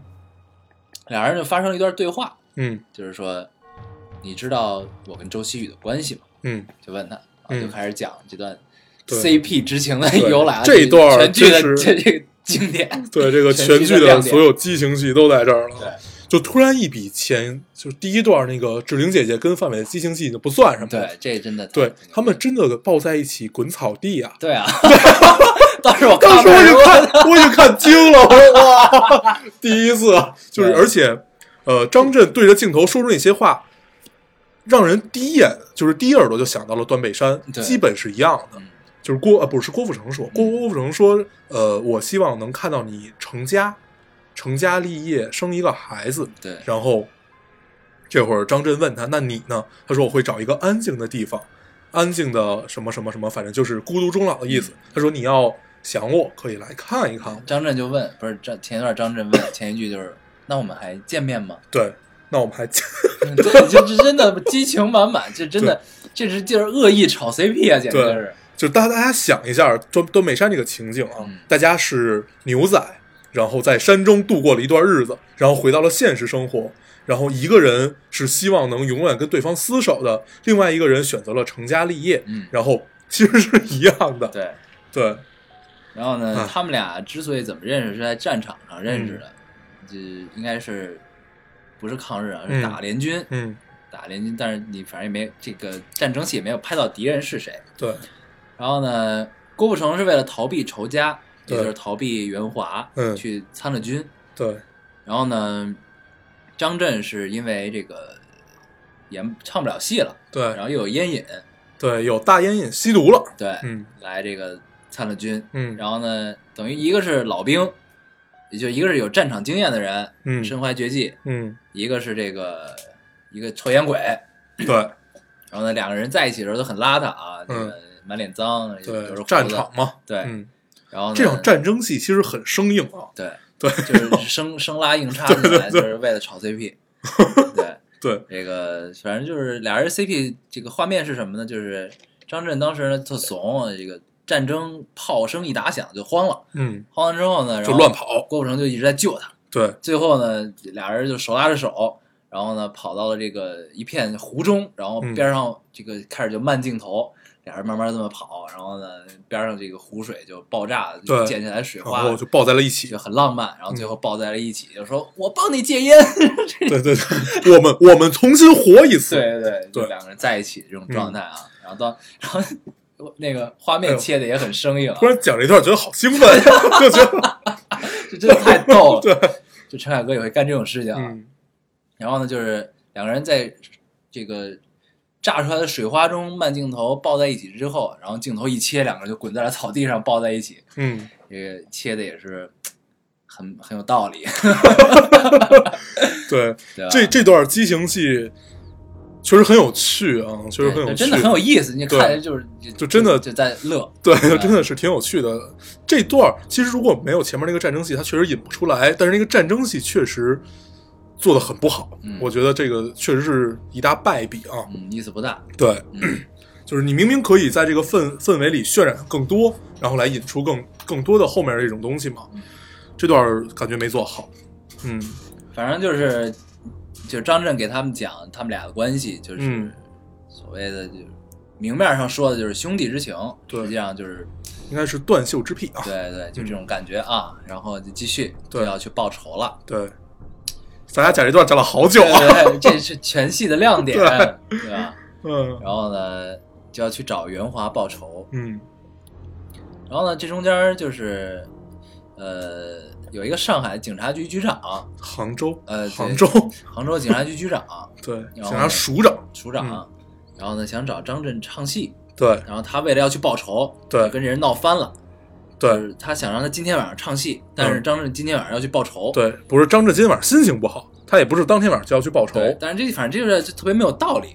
A: 俩人就发生了一段对话，
B: 嗯
A: 就是说，你知道我跟周希宇的关系吗？
B: 嗯，
A: 就问他，然
B: 嗯
A: 后就开始讲这段
B: 对
A: CP 之情的
B: 对
A: 由来啊。
B: 这一段儿
A: 全剧的这
B: 真是
A: 这个经典，
B: 对，这个
A: 全剧
B: 全
A: 的
B: 剧的
A: 亮点
B: 所有激情戏都在这儿了。
A: 对，
B: 就突然一比前，就是第一段那个志玲姐姐跟范伟的激情戏就不算什么了。
A: 对，这真的太
B: 对，他们真的抱在一起滚草地啊！
A: 对啊。 当时我看
B: 当时我
A: 完
B: 已
A: 之
B: 经
A: 后
B: 看，我已经看惊了，我说哇，第一次啊就是，
A: 对
B: 而且，呃，张震对着镜头说出那些话，让人第一眼就是第一耳朵就想到了段北山，
A: 对
B: 基本是一样的
A: 嗯，
B: 就是郭呃不是郭富城说，郭郭富城说，呃，我希望能看到你成家，成家立业，生一个孩子，
A: 对
B: 然后这会儿张震问他：“那你呢？”他说：“我会找一个安静的地方，安静的什么什么什么，反正就是孤独终老的意
A: 嗯
B: 思。”他说：“你要想我，可以来看一看我。
A: 张震就问，不是张前一段张震问前一句就是，那我们还见面 吗？”
B: 对，那我们还见
A: 对，这这真的激情满满，这真的这是就是恶意炒 CP 啊，简直
B: 对
A: 是。
B: 就大大家想一下端端美山这个情景啊
A: 嗯，
B: 大家是牛仔，然后在山中度过了一段日子，然后回到了现实生活。然后一个人是希望能永远跟对方厮守的，另外一个人选择了成家立业，
A: 嗯
B: 然后其实是一样的。
A: 对，
B: 对，
A: 然后呢，
B: 啊
A: 他们俩之所以怎么认识，是在战场上认识的，这应该是不是抗日啊，是
B: 嗯
A: 打联军，
B: 嗯，
A: 打联军，但是你反正也没这个战争戏也没有拍到敌人是谁。
B: 对，
A: 然后呢，郭富城是为了逃避仇家，也
B: 对
A: 就是逃避袁华，
B: 嗯
A: 去参了军。
B: 对，
A: 然后呢，张震是因为这个演唱不了戏了，然
B: 对，
A: 后又有烟瘾，
B: 对，有大烟瘾，吸毒了。
A: 对，
B: 嗯
A: 来这个参了军。
B: 嗯
A: 哎然后呢，等于一个是老兵，也就一个是有战场经验的人，
B: 嗯
A: 身怀绝技；
B: 嗯，
A: 一个是这个一个臭烟鬼。
B: 对
A: 然后呢，两个人在一起的时候都很邋遢啊，这个满脸脏，有时候
B: 嗯对，战场嘛，
A: 对。
B: 嗯，
A: 然后呢
B: 这场战争戏其实很生硬啊。
A: 对
B: 对
A: 就是生生拉硬 插起来，就是为了炒 CP。对。
B: 对，
A: 这个反正就是俩人 CP 这个画面是什么呢？就是张震当时呢特怂，这个战争炮声一打响就慌了，
B: 嗯，
A: 慌完之后呢，然后
B: 就乱跑
A: 郭富城就一直在救他，
B: 对，
A: 最后呢俩人就手拉着手，然后呢跑到了这个一片湖中，然后
B: 嗯
A: 边上这个开始就慢镜头。俩人慢慢这么跑，然后呢，边上这个湖水就爆炸，就
B: 对
A: 溅起来水
B: 然
A: 花，
B: 后就嗯抱在了一 起
A: 就。很浪漫。然后最后抱在了一起，就说：“我帮你戒烟。”
B: 对对对，我们我们重新活一次。
A: 对对对，就
B: 对嗯
A: 两个人在一起这种状态啊，然后到然后我那个画面切的也很生硬、啊
B: 哎突，然讲这一段，觉得好兴奋， 就觉得
A: 这真的太逗 了。
B: 对，
A: 就陈凯歌也会干这种事情啊。
B: 嗯，
A: 然后呢，就是两个人在这个炸出来的水花中慢镜头抱在一起之后，然后镜头一切，两个人就滚在了草地上抱在一起，
B: 嗯，
A: 这个切的也是很很有道理，
B: 对，
A: 对吧？
B: 这这段激情戏确实很有趣啊，确实
A: 对
B: 很有
A: 就真
B: 趣，
A: 的很有意思，你
B: 对
A: 看着就是
B: 就真的
A: 就在乐，
B: 对，真的是挺有趣的。这段儿其实如果没有前面那个战争戏，它确实引不出来。但是那个战争戏确实做的很不好，
A: 嗯
B: 我觉得这个确实是一大败笔啊。
A: 嗯，意思不大，
B: 对，
A: 嗯
B: 就是你明明可以在这个氛氛围里渲染更多，然后来引出更更多的后面的这种东西嘛。
A: 嗯
B: 这段儿感觉没做好，嗯
A: 反正就是，就张震给他们讲他们俩的关系，就是
B: 嗯
A: 所谓的就明面上说的就是兄弟之情，
B: 对
A: 实际上就是
B: 应该是断袖之癖啊。
A: 对对，就这种感觉啊。然后就继续就
B: 对
A: 要去报仇了，
B: 对，咱俩讲这段讲了好久
A: 对
B: 啊。
A: 对，对这是全戏的亮点，对吧？
B: 嗯
A: 然后呢，就要去找袁华报仇。
B: 嗯
A: 然后呢，这中间就是，呃，有一个上海警察局局长，
B: 杭州，
A: 呃对
B: 杭州，
A: 杭州警察局局长
B: 对，
A: 然
B: 警
A: 后
B: 察署长，
A: 署
B: 嗯
A: 长，然后呢想找张震唱戏，
B: 对
A: 然后他为了要去报仇，
B: 对
A: 就跟这人闹翻了，就
B: 对
A: 是他想让他今天晚上唱戏，但是
B: 嗯
A: 张震今天晚上要去报仇，
B: 对，不是张震今晚上心情不好，他也不是当天晚上就要去报仇，
A: 对，但是这反正这个就特别没有道理，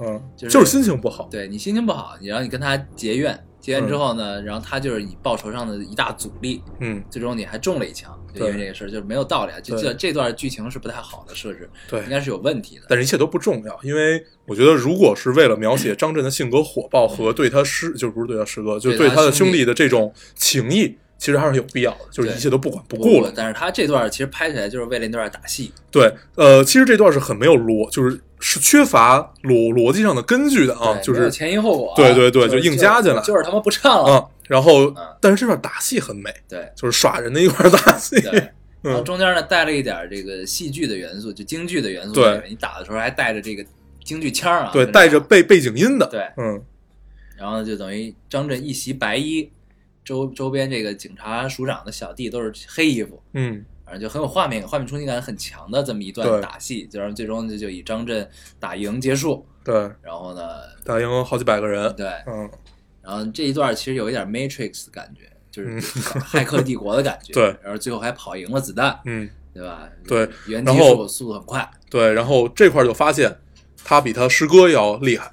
B: 嗯，
A: 就
B: 就是是心情不好，
A: 对你心情不好，你让你跟他结怨，结怨之后呢，然后他就是你报仇上的一大阻力，
B: 嗯，
A: 最终你还中了一枪，就因为
B: 对
A: 这个事儿，就是没有道理啊，就
B: 对
A: 这这段剧情是不太好的设置，
B: 对
A: 应，该是有问题的，
B: 但是一切都不重要，因为我觉得，如果是为了描写张震的性格火爆和对他师，就不是对他师哥，就是
A: 对
B: 对
A: 他
B: 他的
A: 兄弟
B: 兄弟的这种情谊，其实还是有必要的，就是
A: 对
B: 一切都不管不
A: 不
B: 顾了。
A: 但是他这段其实拍起来就是为了那段打戏，
B: 对，呃，其实这段是很没有逻，就是是缺乏逻逻辑上的根据的啊，
A: 对
B: 就
A: 没有
B: 是
A: 前因后果啊，
B: 对对对
A: 就
B: 就硬加进来
A: 就是他妈不唱了，
B: 啊，然后
A: 嗯
B: 但是这段打戏很美，
A: 对
B: 就是耍人的一块打戏，
A: 对。然后
B: 嗯，
A: 中间呢带了一点这个戏剧的元素，就京剧的元素。
B: 对，
A: 你打的时候还带着这个京剧腔儿啊。
B: 对，
A: 跟
B: 带着
A: 打
B: 背背景音的，
A: 对
B: 嗯，
A: 然后就等于张震一袭白衣，周周边这个警察署长的小弟都是黑衣服，
B: 嗯
A: 反正就很有画面感，画面冲击感很强的这么一段
B: 对
A: 打戏，就让最终就就以张震打赢结束。
B: 对，
A: 然后呢，
B: 打赢好几百个人，
A: 对，
B: 嗯，
A: 然后这一段其实有一点 Matrix 的感觉，就是骇客帝国的感觉。
B: 嗯 对，
A: 然后最后还跑赢了子弹，
B: 嗯。
A: 对吧？
B: 对，
A: 原
B: 然
A: 技
B: 后
A: 术速度很快，
B: 对，然后这块儿就发现他比他师哥要厉害，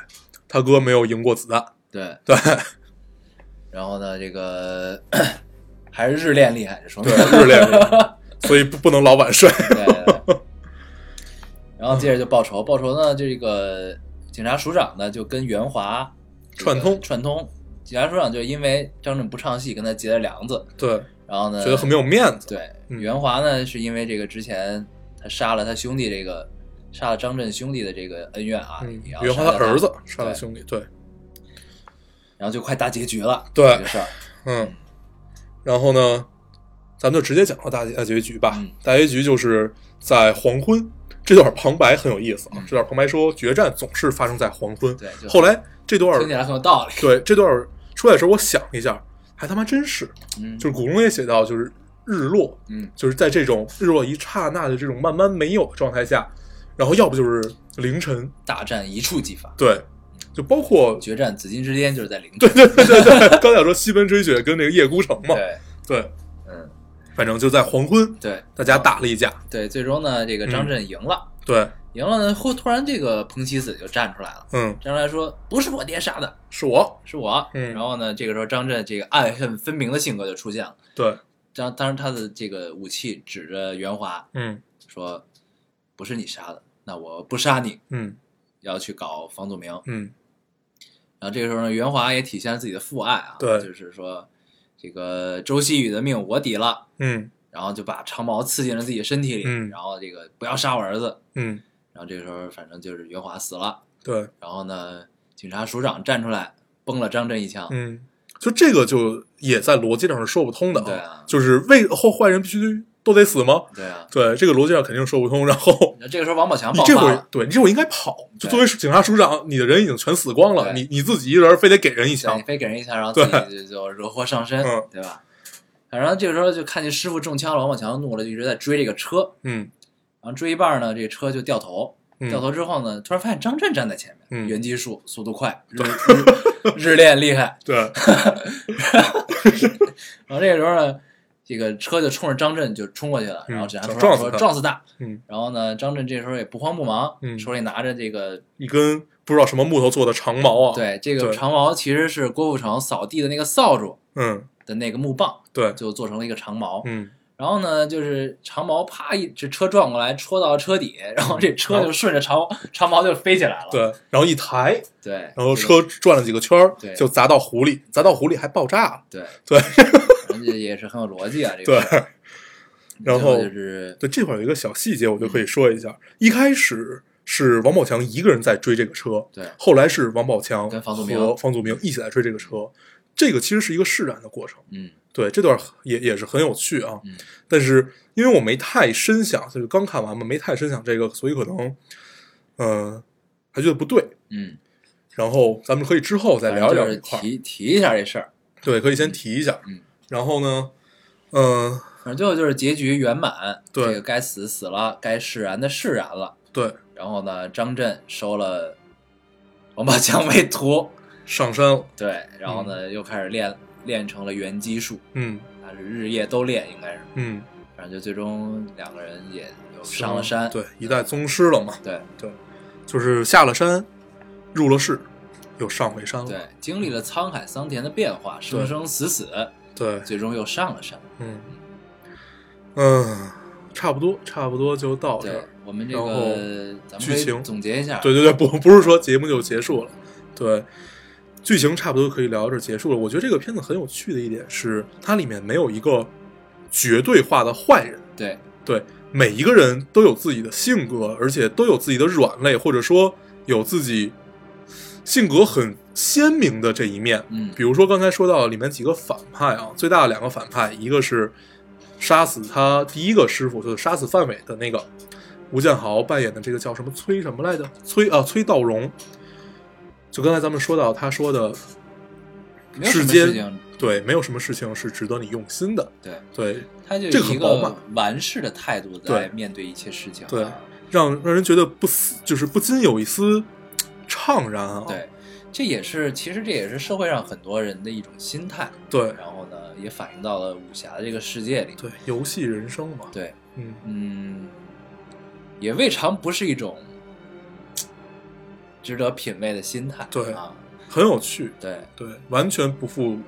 B: 他哥没有赢过子弹。
A: 对。
B: 对
A: 然后呢，这个还是日练厉害，这说明
B: 对， 日练的，所以不不能老晚睡。
A: 对对对。然后接着就报仇，报仇呢，这个警察署长呢就跟袁华这个
B: 串通
A: 串通，警察署长就因为张震不唱戏跟他结了梁子，
B: 对，
A: 然后呢
B: 觉得很没有面子。
A: 对
B: 嗯
A: 袁华呢是因为这个之前他杀了他兄弟这个杀了张震兄弟的这个恩怨啊，
B: 嗯
A: 也，要
B: 袁华
A: 杀
B: 他
A: 了
B: 儿子杀了
A: 对
B: 兄弟，对，
A: 然后就快大结局了，
B: 对
A: 这个事儿，
B: 嗯。然后呢，咱们就直接讲到大结大结局吧
A: 嗯。
B: 大结局就是在黄昏。这段旁白很有意思啊！这段旁白说：“决战总是发生在黄昏。
A: 嗯对”就
B: 后来这段
A: 听起来很有道理，
B: 对这段出来的时候，我想了一下，还他妈真是，
A: 嗯，
B: 就是古龙也写到，就是日落，
A: 嗯
B: 就是在这种日落一刹那的这种慢慢没有的状态下，然后要不就是凌晨，
A: 大战一触即发，
B: 对，就包括
A: 决战紫禁之巅就是在凌晨，
B: 对对对， 刚想说西门吹雪跟那个夜孤城嘛，
A: 对，
B: 对，
A: 嗯
B: 反正就在黄昏，
A: 对。
B: 大家打了一架，
A: 对，最终呢，这个
B: 嗯
A: 张震赢了，
B: 对，
A: 赢了呢，忽突然这个彭七子就站出来了，
B: 嗯，
A: 站出来说不是我爹杀的，
B: 是我，
A: 是我。
B: 嗯
A: 然后呢，这个时候张震这个爱恨分明的性格就出现了，
B: 对，
A: 当当时他的这个武器指着袁华
B: 嗯
A: 说，不是你杀的，那我不杀你，
B: 嗯
A: 要去搞房祖名。
B: 嗯，
A: 然后这个时候呢，袁华也体现了自己的父爱啊，
B: 对
A: 就是说这个周希雨的命我抵了，
B: 嗯
A: 然后就把长矛刺进了自己身体里，
B: 嗯
A: 然后这个不要杀我儿子。
B: 嗯，
A: 然后这个时候，反正就是袁华死了。
B: 对，
A: 然后呢，警察署长站出来崩了张震一枪。
B: 嗯，就这个就也在逻辑上是说不通的
A: 对啊
B: 就是为后坏人必须都得死吗？
A: 对啊，
B: 对，这个逻辑上肯定说不通，然后。
A: 那这个时候王宝强
B: 你
A: 爆
B: 这会
A: 发
B: 儿
A: 了，
B: 对你这会儿应该跑，就
A: 对
B: 作为警察署长，你的人已经全死光了，
A: 对
B: 你你自己一人非得给人
A: 对，你
B: 一枪，
A: 非给人一枪，然 后自己就就惹祸上身，
B: 嗯
A: 对吧？反正这个时候就看见师傅中枪了，王宝强怒了，就一直在追这个车，
B: 嗯
A: 然后追一半呢，这个车就掉头，
B: 嗯
A: 掉头之后呢，突然发现张震站在前面，
B: 嗯
A: 原技术速度快，日日日练厉害，
B: 对，
A: 然后这个时候呢，这个车就冲着张震就冲过去了，
B: 嗯
A: 然后警察
B: 想
A: 说
B: 撞死
A: 说
B: 他
A: 撞死他，
B: 嗯，
A: 然后呢，张震这时候也不慌不忙，
B: 嗯
A: 手里拿着这个
B: 一根不知道什么木头做的长矛啊，，
A: 对这个
B: 对
A: 长矛其实是郭富城扫地的那个扫帚
B: 嗯，
A: 的那个木棒，
B: 对，
A: 就做成了一个长矛，
B: 嗯，
A: 然后呢，就是长矛啪一这车转过来，戳到车底，然后这车就顺着长矛长矛就飞起来了。
B: 嗯对，然后一抬，
A: 对，
B: 然后车转了几个圈儿
A: 对，
B: 就砸到湖里，砸到湖里还爆炸了，
A: 对
B: 对，
A: 人家 也是很有逻辑啊，这
B: 对
A: 个事儿。
B: 然
A: 最
B: 后
A: 就是
B: 对，这块儿有一个小细节，我
A: 嗯
B: 就可以说一下，一开始是王宝强一个人在追这个车，
A: 对
B: 后来是王宝强
A: 跟
B: 和
A: 房祖名
B: 房祖名一起来追这个车，这个其实是一个释然的过程。
A: 嗯
B: 对，这段也也是很有趣啊。
A: 嗯
B: 但是因为我没太深想，就是刚看完嘛，没太深想这个，所以可能，呃，还觉得不对。
A: 嗯，
B: 然后咱们可以之后再聊一聊
A: 反
B: 这
A: 正就
B: 块
A: 是嗯
B: 儿，
A: 提提一下这事儿。
B: 对，可以先提一下。
A: 嗯
B: 然后呢，嗯、
A: 反反正最后就是结局圆满，
B: 对
A: 这个该死死了，该释然的释然了。
B: 对，
A: 然后呢，张震收了王宝强为徒，
B: 上山了，
A: 对，然后呢、又开始练练成了元基术，
B: 嗯
A: 他是日夜都练，应该是，
B: 嗯，
A: 反正就最终两个人也就上了山，
B: 对，一代宗师了嘛，
A: 对
B: 就是下了山，入了世，又上回山了，
A: 对，经历了沧海桑田的变化，生生死死，
B: 对，
A: 最终又上了山。
B: 嗯嗯，差不多，差不多就到这
A: 对
B: 儿。
A: 我们这
B: 然后
A: 个咱们
B: 剧
A: 可以
B: 情
A: 总结一下，
B: 对对对，不不是说节目就结束了，对，剧情差不多可以聊到这儿结束了。我觉得这个片子很有趣的一点是，它里面没有一个绝对化的坏人，
A: 对
B: 对，每一个人都有自己的性格，而且都有自己的软肋，或者说有自己性格很鲜明的这一面。
A: 嗯
B: 比如说刚才说到里面几个反派啊，最大的两个反派，一个是杀死他第一个师傅，就是杀死范伟的那个吴建豪扮演的这个叫什么崔什么来着？崔啊，崔道荣。就刚才咱们说到，他说的
A: 没有什么
B: 世间
A: 事情，
B: 对，没有什么事情是值得你用心的，
A: 对，
B: 对，
A: 他就
B: 这个很
A: 以一
B: 饱
A: 个
B: 满
A: 完事的态度
B: 对
A: 在面对一切事情啊，
B: 对让让人觉得不思，就是不禁有一丝怅然啊。
A: 对，这也是其实这也是社会上很多人的一种心态，
B: 对
A: 然后呢也反映到了武侠的这个世界里，
B: 对，游戏人生嘛，
A: 对，
B: 嗯，
A: 嗯，也未尝不是一种值得品味的心态，
B: 对
A: 啊，
B: 很有趣，
A: 对。
B: 对，完全不负，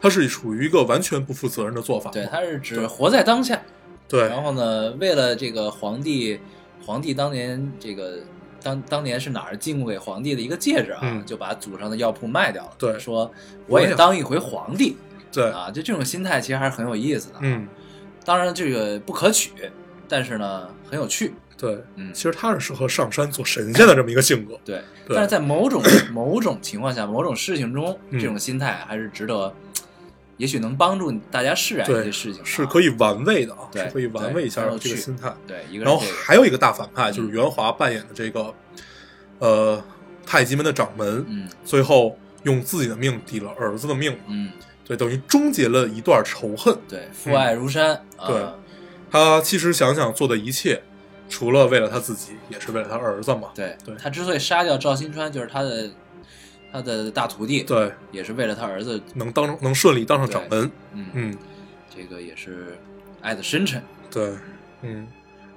B: 它是属于一个完全不负责任的做法嘛，
A: 对，他是只
B: 对
A: 活在当下，然
B: 对，
A: 后呢，为了这个皇帝，皇帝当年这个当当年是哪儿进贡给皇帝的一个戒指啊，
B: 嗯
A: 就把祖上的药铺卖掉了。
B: 对
A: 说
B: 我
A: 我
B: 也
A: 也当一回皇帝
B: 对，
A: 啊，就这种心态其实还是很有意思的。，
B: 嗯，
A: 当然这个不可取，但是呢很有趣。
B: 对，
A: 嗯啊
B: 其实他是适合上山做神仙的这么一个性格，
A: 对，
B: 对
A: 但是在某 种某种情况下、某种事情中，
B: 嗯
A: 这种心态还是值得，也许能帮助大家释然一些
B: 对，
A: 事情、啊，
B: 是可
A: 以
B: 以玩味的啊，
A: 对
B: 是可以玩
A: 对
B: 味一下
A: 很有
B: 这个
A: 趣
B: 心态。
A: 对一个
B: 然
A: 人
B: 后
A: 这个
B: 还有一个大反派就是
A: 嗯
B: 袁华扮演的这个，呃，太极门的掌门，
A: 嗯
B: 最后用自己的命抵了儿子的命，
A: 嗯，
B: 对，等于终结了一段仇恨。
A: 对，父爱如山、
B: 对
A: 啊，
B: 他其实想想做的一切，除了为了他自己，也是为了他儿子嘛。
A: 对
B: 对
A: 他之所以杀掉赵新川，就是他的他的大徒弟，
B: 对，
A: 也是为了他儿子，
B: 能当能顺利当上掌门，
A: 嗯，
B: 嗯，
A: 这个也是爱的深沉，
B: 对，嗯，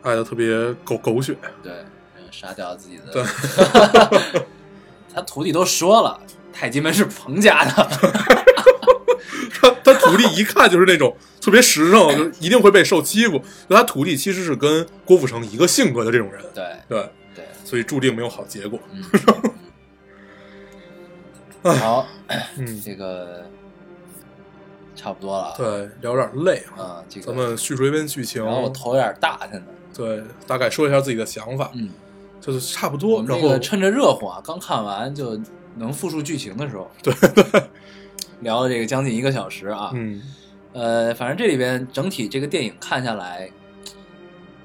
B: 爱的特别狗狗血，
A: 对，嗯杀掉自己的，
B: 对
A: 他徒弟都说了，太极门是彭家的，
B: 他他徒弟一看就是那种特别实诚， 就是一定会被受欺负。就他徒弟其实是跟郭富城一个性格的这种人，
A: 对
B: 对，
A: 对，
B: 所以注定没有好结果。
A: 嗯， 嗯好，
B: 嗯，
A: 这个差不多了，，
B: 对，聊点累啊，
A: 啊，这个
B: 咱们叙述一遍剧情
A: 然，后我头有点大，现在，
B: 对，大概说一下自己的想法，
A: 嗯，
B: 就是差不
A: 我
B: 多。
A: 们
B: 嗯然
A: 这个
B: 后
A: 趁着热乎啊，刚看完就能复述剧情的时候，对 聊了这个将近一个小时啊，
B: 嗯，
A: 呃，反正这里边整体这个电影看下来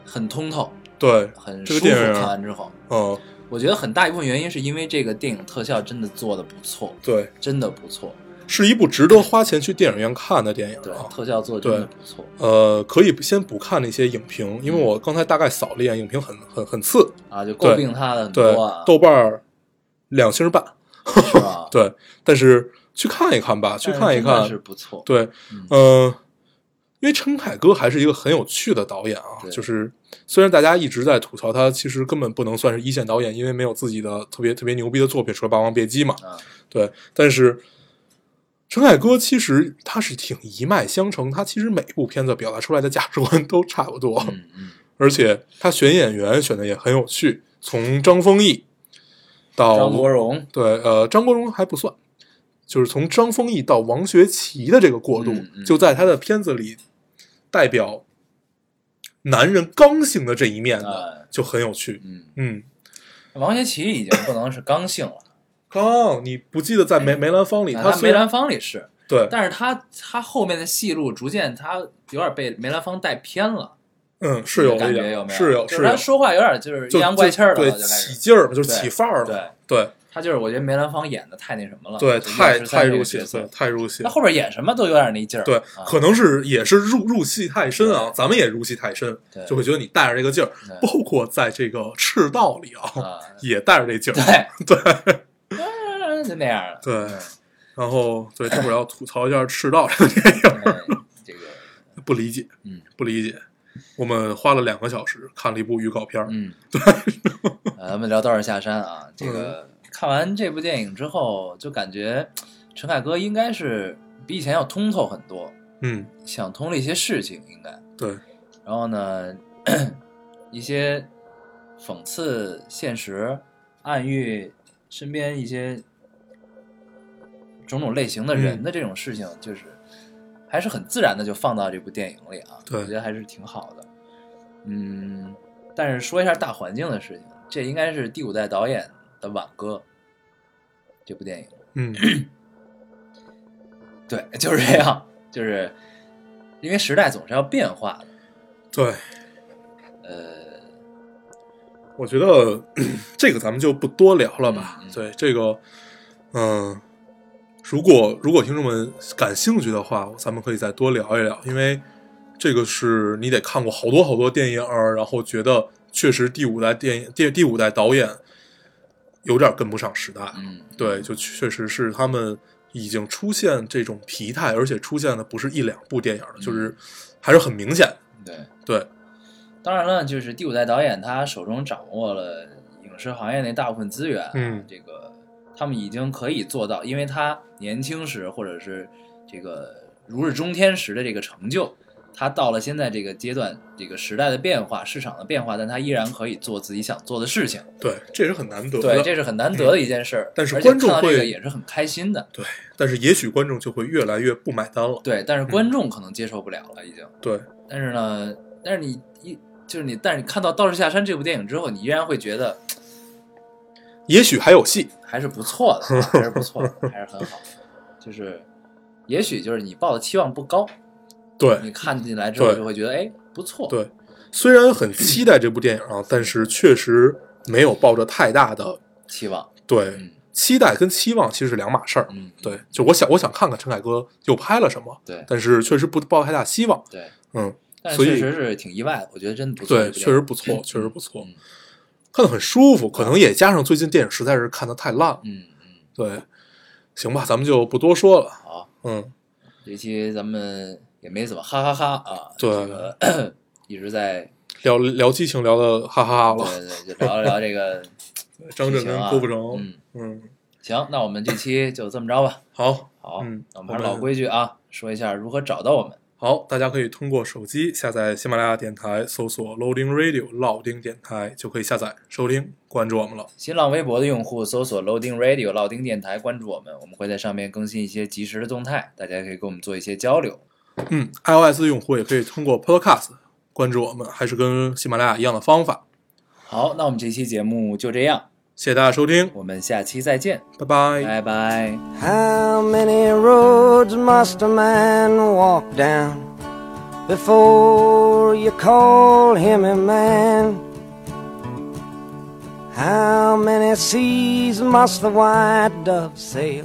A: 很通透，
B: 对，
A: 很
B: 这
A: 舒
B: 个
A: 服。
B: 电影啊
A: 看完之后，
B: 嗯，
A: 我觉得很大一部分原因是因为这个电影特效真的做的不错，
B: 对，
A: 真的不错，
B: 是一部值得花钱去电影院看的电影
A: 对，
B: 啊。
A: 特效做的真的不错，
B: 呃，可以先不看那些影评，因为
A: 嗯
B: 我刚才大概扫了一眼，影评很很很次，
A: 啊，就诟病它的很
B: 对
A: 多啊，，
B: 豆瓣儿两星半，？
A: 是吧
B: 对，但是去看一看吧，去看
A: 但是
B: 一
A: 真的是
B: 看，
A: 不错，
B: 对，
A: 嗯
B: 呃，因为陈凯歌还是一个很有趣的导演啊，
A: 对
B: 就是虽然大家一直在吐槽他，其实根本不能算是一线导演，因为没有自己的特别特别牛逼的作品，除了《霸王别姬》嘛，
A: 啊，
B: 对，但是陈凯歌其实他是挺一脉相承，他其实每部片子表达出来的价值观都差不多，
A: 嗯嗯，
B: 而且他选演员选的也很有趣，从张丰毅到
A: 张国荣，
B: 对，呃，张国荣还不算，就是从张丰毅到王学圻的这个过渡，
A: 嗯嗯
B: 就在他的片子里代表男人刚性的这一面的，
A: 哎
B: 就很有趣。
A: 嗯，
B: 嗯，
A: 王学圻已经不能是刚性了，
B: 刚，你不记得在梅梅兰芳里，
A: 啊
B: 哎他
A: 他
B: 虽
A: 梅
B: 然
A: 兰芳里是，
B: 对，
A: 但是他他后面的戏路逐渐他有点被梅兰芳带偏了，
B: 嗯，是有一
A: 感觉有
B: 点，
A: 没
B: 是有
A: 就是他
B: 有，
A: 说话有点就是
B: 就
A: 阴阳怪气儿的
B: 对
A: 了，就开
B: 起
A: 始
B: 劲儿嘛，就是
A: 对
B: 起范儿了，对，
A: 他就是我觉得梅兰芳演的太那什么了，
B: 对，
A: 就
B: 太
A: 123
B: 太
A: 这
B: 入
A: 个
B: 戏，
A: 角色
B: 对，太入戏
A: 那。后边演什么都有点那劲儿，
B: 对
A: 啊，
B: 可能是也是入入戏太深啊
A: 对，
B: 咱们也入戏太深
A: 对，
B: 就会觉得你带着这个劲儿，
A: 对
B: 包括在这个赤道里啊，
A: 啊，
B: 也带着这劲儿。
A: 对
B: 对，
A: 嗯就那样了，
B: 对
A: 嗯
B: 然后对，待会儿要吐槽一下赤道这个电影，
A: 哎这个，
B: 不理解，
A: 嗯，
B: 不理解。我们花了两个小时看了一部预告片儿，
A: 嗯，对，咱们聊《道士下山》啊，这个
B: 嗯
A: 看完这部电影之后，就感觉陈凯歌应该是比以前要通透很多，
B: 嗯，
A: 想通了一些事情，应该。
B: 对，
A: 然后呢， 一些讽刺现实、暗喻身边一些种种类型的人
B: 嗯
A: 的这种事情，就是还是很自然的就放到这部电影里啊，
B: 对
A: 我觉得还是挺好的。嗯，但是说一下大环境的事情，这应该是第五代导演的挽歌，这部电影。
B: 嗯，
A: 对， 就是这样，就是因为时代总是要变化的，
B: 对，
A: 呃。
B: 我觉得这个咱们就不多聊了吧。
A: 嗯嗯
B: 对这个，嗯，如果如果听众们感兴趣的话，咱们可以再多聊一聊，因为这个是你得看过好多好多电影儿，然后觉得确实第五代电影第第五代导演有点跟不上时代。
A: 嗯，
B: 对，就确实是他们已经出现这种疲态，而且出现的不是一两部电影
A: 嗯
B: 了，就是还是很明显。
A: 对，
B: 对，
A: 当然了，就是第五代导演他手中掌握了影视行业内大部分资源，
B: 嗯
A: 这个他们已经可以做到，因为他年轻时或者是这个如日中天时的这个成就，他到了现在这个阶段，这个时代的变化、市场的变化，但他依然可以做自己想做的事情，
B: 对，这也是很难得的。
A: 对，
B: 嗯
A: 这是很难得的一件事儿、
B: 但是
A: 而且
B: 观众
A: 看到这个
B: 会
A: 也是很开心的，
B: 对，但是也许观众就会越来越不买单了。
A: 对，但是观众可能接受不了了，已经。
B: 对，
A: 但是呢，但是你一就是你，但是你看到《道士下山》这部电影之后，你依然会觉得
B: 也许还有戏。
A: 还是不错的，还是不错的，还是很好。就是，也许就是你抱的期望不高，
B: 对
A: 你看进来之后
B: 对
A: 就会觉得，哎，不错。
B: 对，虽然很期待这部电影啊，但是确实没有抱着太大的
A: 期望，
B: 对
A: 嗯
B: 期待跟期望其实是两码事儿。
A: 嗯，
B: 对，就我想我想看看陈凯歌又拍了什么，
A: 对
B: 但是确实不抱太大希望。
A: 对，
B: 嗯，
A: 但是
B: 所以
A: 确实是挺意外的，我觉得真的不错。
B: 对，
A: 这部
B: 确
A: 电
B: 实
A: 影
B: 不错，确实不错
A: 嗯，
B: 看得很舒服。可能也加上最近电影实在是看的太烂了。
A: 嗯嗯，
B: 对，行吧，咱们就不多说了。
A: 好，
B: 嗯，
A: 这期咱们也没怎么哈哈哈啊，
B: 对
A: 这个 一直在
B: 聊聊激情聊的哈哈哈了，
A: 对对，就聊一聊这个
B: 张震
A: 事情
B: 跟
A: 啊
B: 郭富城。
A: 嗯，
B: 嗯，
A: 行，那我们这期就这么着 吧。
B: 好，
A: 好，
B: 嗯
A: 那我们还是老规矩啊，说一下如何找到我们。
B: 好，大家可以通过手机下载喜马拉雅电台，搜索 Loading Radio 老丁电台，就可以下载收听，关注我们了。
A: 新浪微博的用户搜索 Loading Radio 老丁电台，关注我们，我们会在上面更新一些及时的动态，大家可以跟我们做一些交流。
B: 嗯，iOS 用户也可以通过 Podcast 关注我们，还是跟喜马拉雅一样的方法。
A: 好，那我们这期节目就这样，
B: 谢谢大家收听，
A: 我们下期再见，
B: 拜拜。
A: 拜拜。
C: How many roads must a man walk down before you call him a man? How many seas must the white dove sail